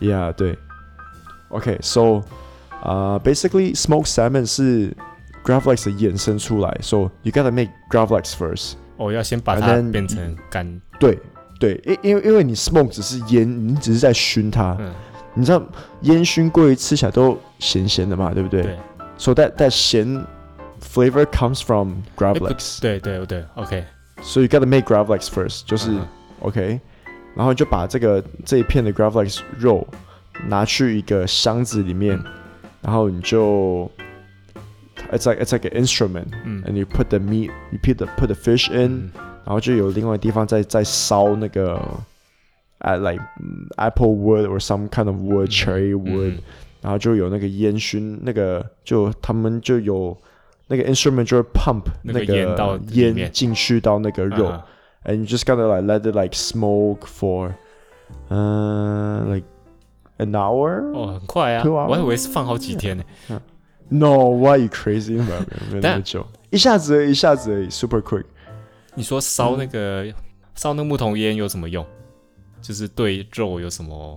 Speaker 1: Yeah, 对。Okay, so, uh, basically smoked salmon 是 gravlax 的衍生出来，so you gotta make gravlax first.
Speaker 2: 哦，要先把
Speaker 1: And
Speaker 2: 它
Speaker 1: then-
Speaker 2: 变成干，
Speaker 1: 对，对，因因为因为你 smoke 只是腌，你只是在熏它，
Speaker 2: 嗯，
Speaker 1: 你知道烟熏鲑鱼吃起来都咸咸的嘛，对不对？
Speaker 2: 对
Speaker 1: So that that 咸 flavor comes from
Speaker 2: 哎不
Speaker 1: gravlax.
Speaker 2: 对对对，OK，
Speaker 1: So you gotta make gravlax first，就是。
Speaker 2: 嗯
Speaker 1: OK，然后就把这个这一片的 Gravlax 肉拿去一个箱子里面，
Speaker 2: 嗯
Speaker 1: 然后你就，it's like it's like an instrument，and
Speaker 2: 嗯
Speaker 1: you put the meat，you put the put the fish in，、
Speaker 2: 嗯
Speaker 1: 然后就有另外地方再再烧那个，at like 嗯 apple wood or some kind of wood
Speaker 2: 嗯
Speaker 1: cherry wood，、
Speaker 2: 嗯
Speaker 1: 然后就有那个烟熏，那个就他们就有那个 instrument 就会 pump
Speaker 2: 那
Speaker 1: 个
Speaker 2: 个烟到里
Speaker 1: 烟
Speaker 2: 面
Speaker 1: 进去到那个
Speaker 2: 嗯
Speaker 1: 肉。
Speaker 2: 嗯
Speaker 1: and you just gotta like let it like smoke for uh like an hour
Speaker 2: 哦，很快啊！
Speaker 1: Two hours
Speaker 2: 我还以为是放好几天呢。
Speaker 1: no why are you crazy 没有 没有那么
Speaker 2: 但
Speaker 1: 久一下子而已一下子而已 super quick
Speaker 2: 你说烧那个烧那个木桶烟有什么用？就是对肉有什么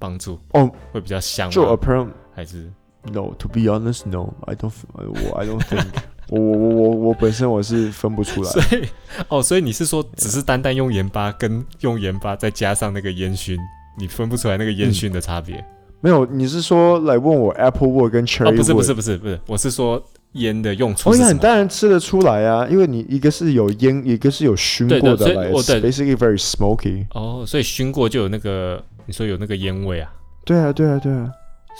Speaker 2: 帮助？
Speaker 1: 哦，
Speaker 2: 会比较香
Speaker 1: 就呃
Speaker 2: 吗？
Speaker 1: apparently
Speaker 2: 还是
Speaker 1: no to be honest no I don't I- 我 I don't think 我我我我我本身我是分不出来
Speaker 2: 所以哦，所以你是说只是单单用盐巴跟用盐巴再加上那个烟熏，你分不出来那个
Speaker 1: 嗯
Speaker 2: 烟熏的差别？
Speaker 1: 没有你是说来问我 apple wood 跟 cherry
Speaker 2: 哦，
Speaker 1: wood
Speaker 2: 不是不是不是不是，我是说烟的用处
Speaker 1: 哦
Speaker 2: 是
Speaker 1: 呀，
Speaker 2: 什
Speaker 1: 你
Speaker 2: 么？
Speaker 1: 当然吃得出来啊，因为你一个是有烟，一个是有熏
Speaker 2: 对
Speaker 1: 过
Speaker 2: 对
Speaker 1: 的
Speaker 2: 所以
Speaker 1: 来
Speaker 2: 我对
Speaker 1: basically very smoky。
Speaker 2: 哦，所以熏过就有那个你说有那个烟味啊。
Speaker 1: 对啊，对啊，对啊。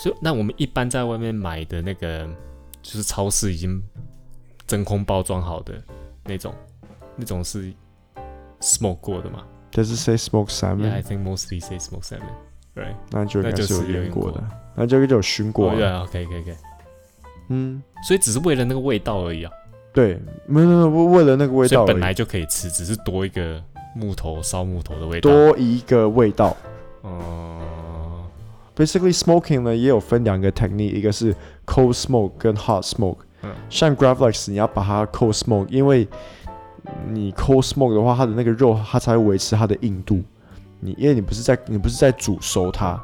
Speaker 2: 所以那我们一般在外面买的那个，就是超市已经真空包装好的那种，那种是 smoke 过的嘛
Speaker 1: Does it say smoke salmon？
Speaker 2: ？Yeah, I think mostly say smoke salmon, right?
Speaker 1: 那就应该是有腌过的，那就就有熏过、
Speaker 2: 哦
Speaker 1: 啊。
Speaker 2: 对，OK，OK，OK。
Speaker 1: 嗯，
Speaker 2: 所以只是为了那个味道而已啊，
Speaker 1: 对，没有没有，为为了那个味
Speaker 2: 所
Speaker 1: 道
Speaker 2: 以本
Speaker 1: 而已，
Speaker 2: 来就可以吃，只是多一个木头烧木头的味道。
Speaker 1: 多一个味道。
Speaker 2: 哦
Speaker 1: Basically smoking 呢也有分两个 technique，一个是 cold smoke 跟 hot smoke。
Speaker 2: 嗯
Speaker 1: 像 Gravlax 你要把它 cold smoke，因为你 cold smoke 的话，它的那个肉它才会维持它的硬度。你因为你不是在你不是在煮熟它，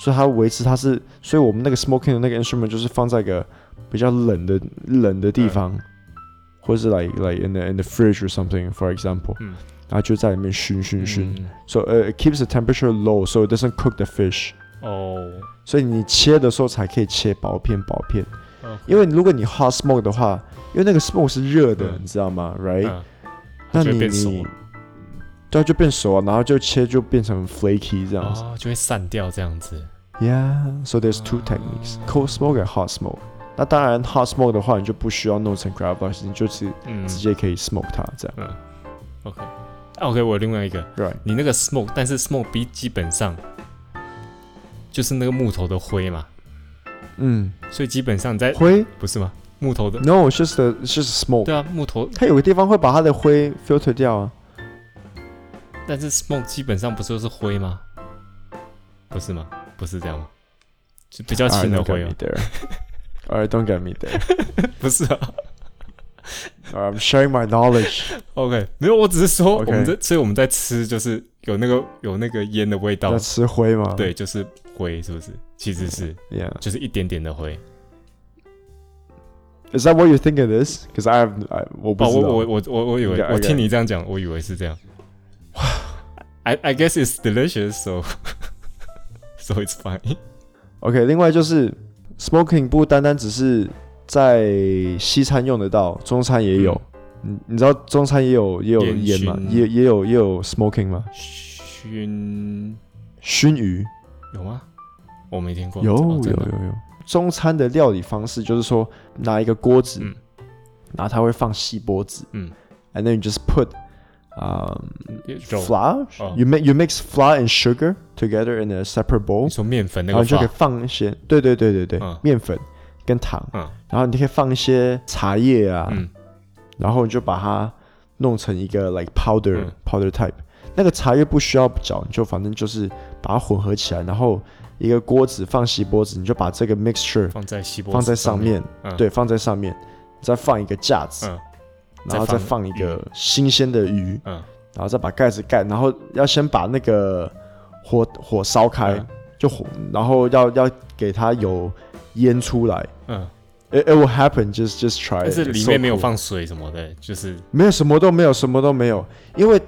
Speaker 1: 所以它维持它是，所以我们那个 smoking 的那个 instrument 就是放在一个比较冷的冷的地方，或者是 like like in the in the fridge or something for example，、
Speaker 2: 嗯
Speaker 1: 然后就在里面熏熏熏。
Speaker 2: 嗯
Speaker 1: So uh, it keeps the temperature low, so it doesn't cook the fish.
Speaker 2: 哦，
Speaker 1: 所以你切的时候才可以切薄片薄片，
Speaker 2: OK
Speaker 1: 因为如果你 hot smoke 的话，因为那个 smoke 是热的，
Speaker 2: 嗯
Speaker 1: 你知道吗？Right？、
Speaker 2: 嗯它
Speaker 1: 那
Speaker 2: 就会
Speaker 1: 你
Speaker 2: 变熟
Speaker 1: 你对啊，就变熟啊，然后就切就变成 flaky 这样子。
Speaker 2: 哦，就嗯会散掉这样子。
Speaker 1: Yeah, so there's two techniques: cold smoke and hot smoke. 那当然，hot smoke 的话，你就不需要弄成 g r a v l a x 你就是
Speaker 2: 嗯
Speaker 1: 直接可以 smoke 它这样。
Speaker 2: ，OK，啊 OK，我有另外一个，
Speaker 1: Right？
Speaker 2: 你那个 smoke，但是 smoke 比基本上就是那个木头的灰嘛，
Speaker 1: 嗯，
Speaker 2: 所以基本上你在
Speaker 1: 灰
Speaker 2: 不是吗？木头的，
Speaker 1: ？No, it's just the it's just smoke.
Speaker 2: 对啊，木头，
Speaker 1: 它有个地方会把它的灰 filter 掉啊。
Speaker 2: 但是 smoke 基本上不是就是灰吗？不是吗？不是这样吗？啊就比较
Speaker 1: I
Speaker 2: 轻的
Speaker 1: don't
Speaker 2: 会
Speaker 1: get
Speaker 2: 有
Speaker 1: me，there. Alright, don't get me there.
Speaker 2: 不是啊
Speaker 1: Alright, I'm sharing my knowledge.
Speaker 2: OK，没有，我只是说
Speaker 1: OK
Speaker 2: 我们在，所以我们在吃，就是有那个有那个烟的味道
Speaker 1: 要，吃灰吗？
Speaker 2: 对，就是灰，是不是？其实是
Speaker 1: Yeah.
Speaker 2: 就是一点点的灰。
Speaker 1: Is that what you think it is? Because I have, I, 我不
Speaker 2: 哦，
Speaker 1: 知
Speaker 2: 我
Speaker 1: 道。
Speaker 2: 我我我我以为
Speaker 1: Okay，
Speaker 2: 我听
Speaker 1: okay
Speaker 2: 你这样讲，我以为是这样。I I guess it's delicious, so so it's fine.
Speaker 1: OK，另外就是 smoking 不单单只是在西餐用得到，中餐也有。你你知道中餐也有也有
Speaker 2: 烟
Speaker 1: 烟吗？
Speaker 2: 熏
Speaker 1: 也也有也有 smoking 吗？
Speaker 2: 熏
Speaker 1: 熏鱼
Speaker 2: 有吗？我没听过。
Speaker 1: 有
Speaker 2: 哦
Speaker 1: 有有
Speaker 2: 真的
Speaker 1: 有。中餐的料理方式就是说拿一个锅子，
Speaker 2: 嗯
Speaker 1: 然后它会放锡箔纸，
Speaker 2: 嗯
Speaker 1: ，and then you just put um
Speaker 2: 肉，
Speaker 1: flour.
Speaker 2: 哦
Speaker 1: You make you mix flour and sugar together in a separate
Speaker 2: 你
Speaker 1: bowl.
Speaker 2: 说面粉那
Speaker 1: 然后
Speaker 2: 个
Speaker 1: 你就可以
Speaker 2: 发，
Speaker 1: 放一些，对对对对对，
Speaker 2: 嗯
Speaker 1: 面粉跟糖，
Speaker 2: 嗯
Speaker 1: 然后你可以放一些茶叶啊，
Speaker 2: 嗯
Speaker 1: 然后你就把它弄成一个 like powder、
Speaker 2: 嗯
Speaker 1: powder type。那个茶叶不需要搅，你就反正就是把它混合起来，然后一个锅子放锡箔纸，你就把这个 mixture
Speaker 2: 放在锡箔
Speaker 1: 放
Speaker 2: 纸
Speaker 1: 在
Speaker 2: 上
Speaker 1: 上面，，
Speaker 2: 嗯
Speaker 1: 对，放在上面，再放一个架子，
Speaker 2: 嗯
Speaker 1: 然后再
Speaker 2: 再
Speaker 1: 放
Speaker 2: 放
Speaker 1: 一个新鲜的鱼，
Speaker 2: 嗯
Speaker 1: 然后再把盖子盖，然后要先把那个火火烧开，
Speaker 2: 嗯
Speaker 1: 就火，然后要要给它有烟出来。
Speaker 2: 嗯，
Speaker 1: It, it will happen, just just try.
Speaker 2: 但是
Speaker 1: it. It's
Speaker 2: 里
Speaker 1: so
Speaker 2: 面没有
Speaker 1: cool
Speaker 2: 放水什么的，就是
Speaker 1: 没有什么都没有，什么都没有，因为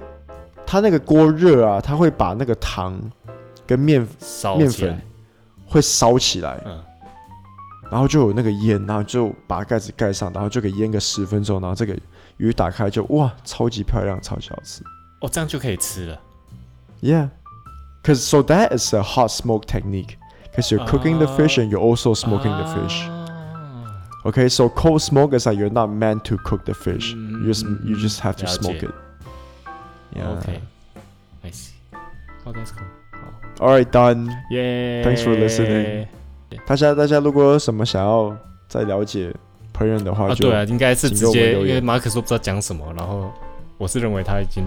Speaker 1: 它那个锅热啊，它会把那个糖跟面
Speaker 2: 烧
Speaker 1: 面
Speaker 2: 起来
Speaker 1: 粉会烧起来，
Speaker 2: 嗯
Speaker 1: 然后就有那个烟，然后就把盖子盖上，然后就给腌个十分钟，然后这个鱼打开就哇，超级漂亮，超级好吃。
Speaker 2: 哦，这样就可以吃了。
Speaker 1: Yeah, because so that is a hot smoke technique. Because you're cooking the fish and you're also smoking the fish.
Speaker 2: 啊
Speaker 1: Okay, so cold smoke is like you're not meant to cook the fish. You just you just have to
Speaker 2: 嗯了解
Speaker 1: smoke it. Yeah.
Speaker 2: OK，I see. Oh, that's cool.
Speaker 1: All right, done.
Speaker 2: Yeah.
Speaker 1: Thanks for listening. 大家大家如果有什么想要再了解 p r 的话
Speaker 2: 啊，
Speaker 1: 就，
Speaker 2: 对啊，应该是
Speaker 1: 请
Speaker 2: 直
Speaker 1: 给我们
Speaker 2: 接，
Speaker 1: 留
Speaker 2: 因
Speaker 1: 言
Speaker 2: 为马克说不知道讲什么，然后我是认为他已经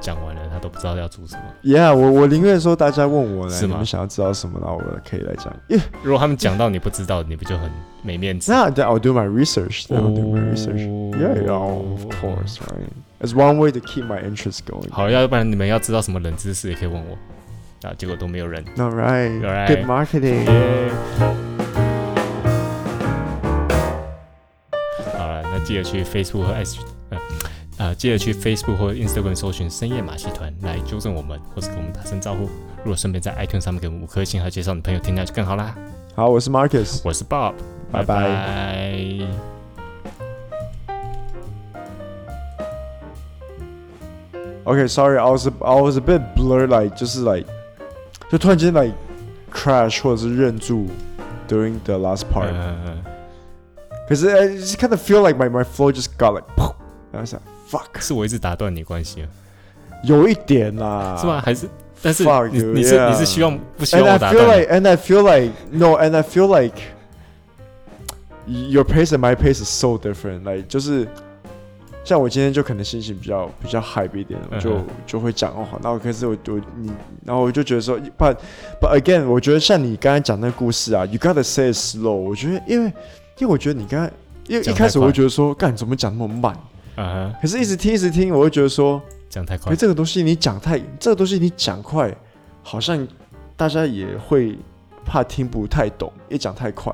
Speaker 2: 讲完了，他都不知道要做什么。
Speaker 1: Yeah，我我宁愿说大家问我呢，
Speaker 2: 是
Speaker 1: 你
Speaker 2: 吗
Speaker 1: 们想要知道什么，然后我可以来讲。Yeah,
Speaker 2: 如果他们讲到你不知道，你不就很没面子？哦
Speaker 1: 那 then I'll do my research. Then I'll do my research. Yeah, yeah, of course, right? It's one way to keep my interest going.
Speaker 2: 好，要不然你们要知道什么冷知识也可以问我，啊，结果都没有人。
Speaker 1: All right.
Speaker 2: All
Speaker 1: Good
Speaker 2: right.
Speaker 1: marketing.
Speaker 2: 好了，那记得去 Facebook 和 S 呃呃，记得去 Facebook 或 Instagram 搜寻深夜马戏团来纠正我们，或是给我们打声招呼。如果顺便在 iTunes 上面给我们五颗星，还有介绍你朋友听，那就更好啦。
Speaker 1: 好，我是 Marcus。
Speaker 2: 我是 Bob，
Speaker 1: 拜拜
Speaker 2: 拜
Speaker 1: Okay, sorry, I was a, I was a bit blurred, like 就是 like 就突然间 like crash 或者是认住 during the last
Speaker 2: 拜
Speaker 1: part，、
Speaker 2: 呃
Speaker 1: 可是 I just kind of feel like my my flow just got like，然后想 fuck，
Speaker 2: 是我一直打断你关系了，
Speaker 1: 有一点啦，
Speaker 2: 是吗？还是但是
Speaker 1: fuck
Speaker 2: 你
Speaker 1: you，
Speaker 2: 你是
Speaker 1: yeah
Speaker 2: 你是希望不希望
Speaker 1: ？And
Speaker 2: 我
Speaker 1: I
Speaker 2: 打
Speaker 1: feel
Speaker 2: 断你？
Speaker 1: like and I feel like no and I feel like your pace and my pace is so different，like 就是。像我今天就可能心情比较比较 hype 一点，我就、
Speaker 2: 嗯哼
Speaker 1: 就会讲哦，好那我可是我我你，然后我就觉得说，but but again，我觉得像你刚才讲那个故事啊，you gotta say it slow，我觉得因为因为我觉得你刚才因为一
Speaker 2: 讲
Speaker 1: 开始
Speaker 2: 太快
Speaker 1: 我会觉得说，干怎么讲那么慢，
Speaker 2: 啊哈，
Speaker 1: 可是一直听一直听，我会觉得说，
Speaker 2: 讲太
Speaker 1: 哎、
Speaker 2: 快，
Speaker 1: 这个东西你讲太，这个东西你讲快，好像大家也会怕听不太懂，也讲太快。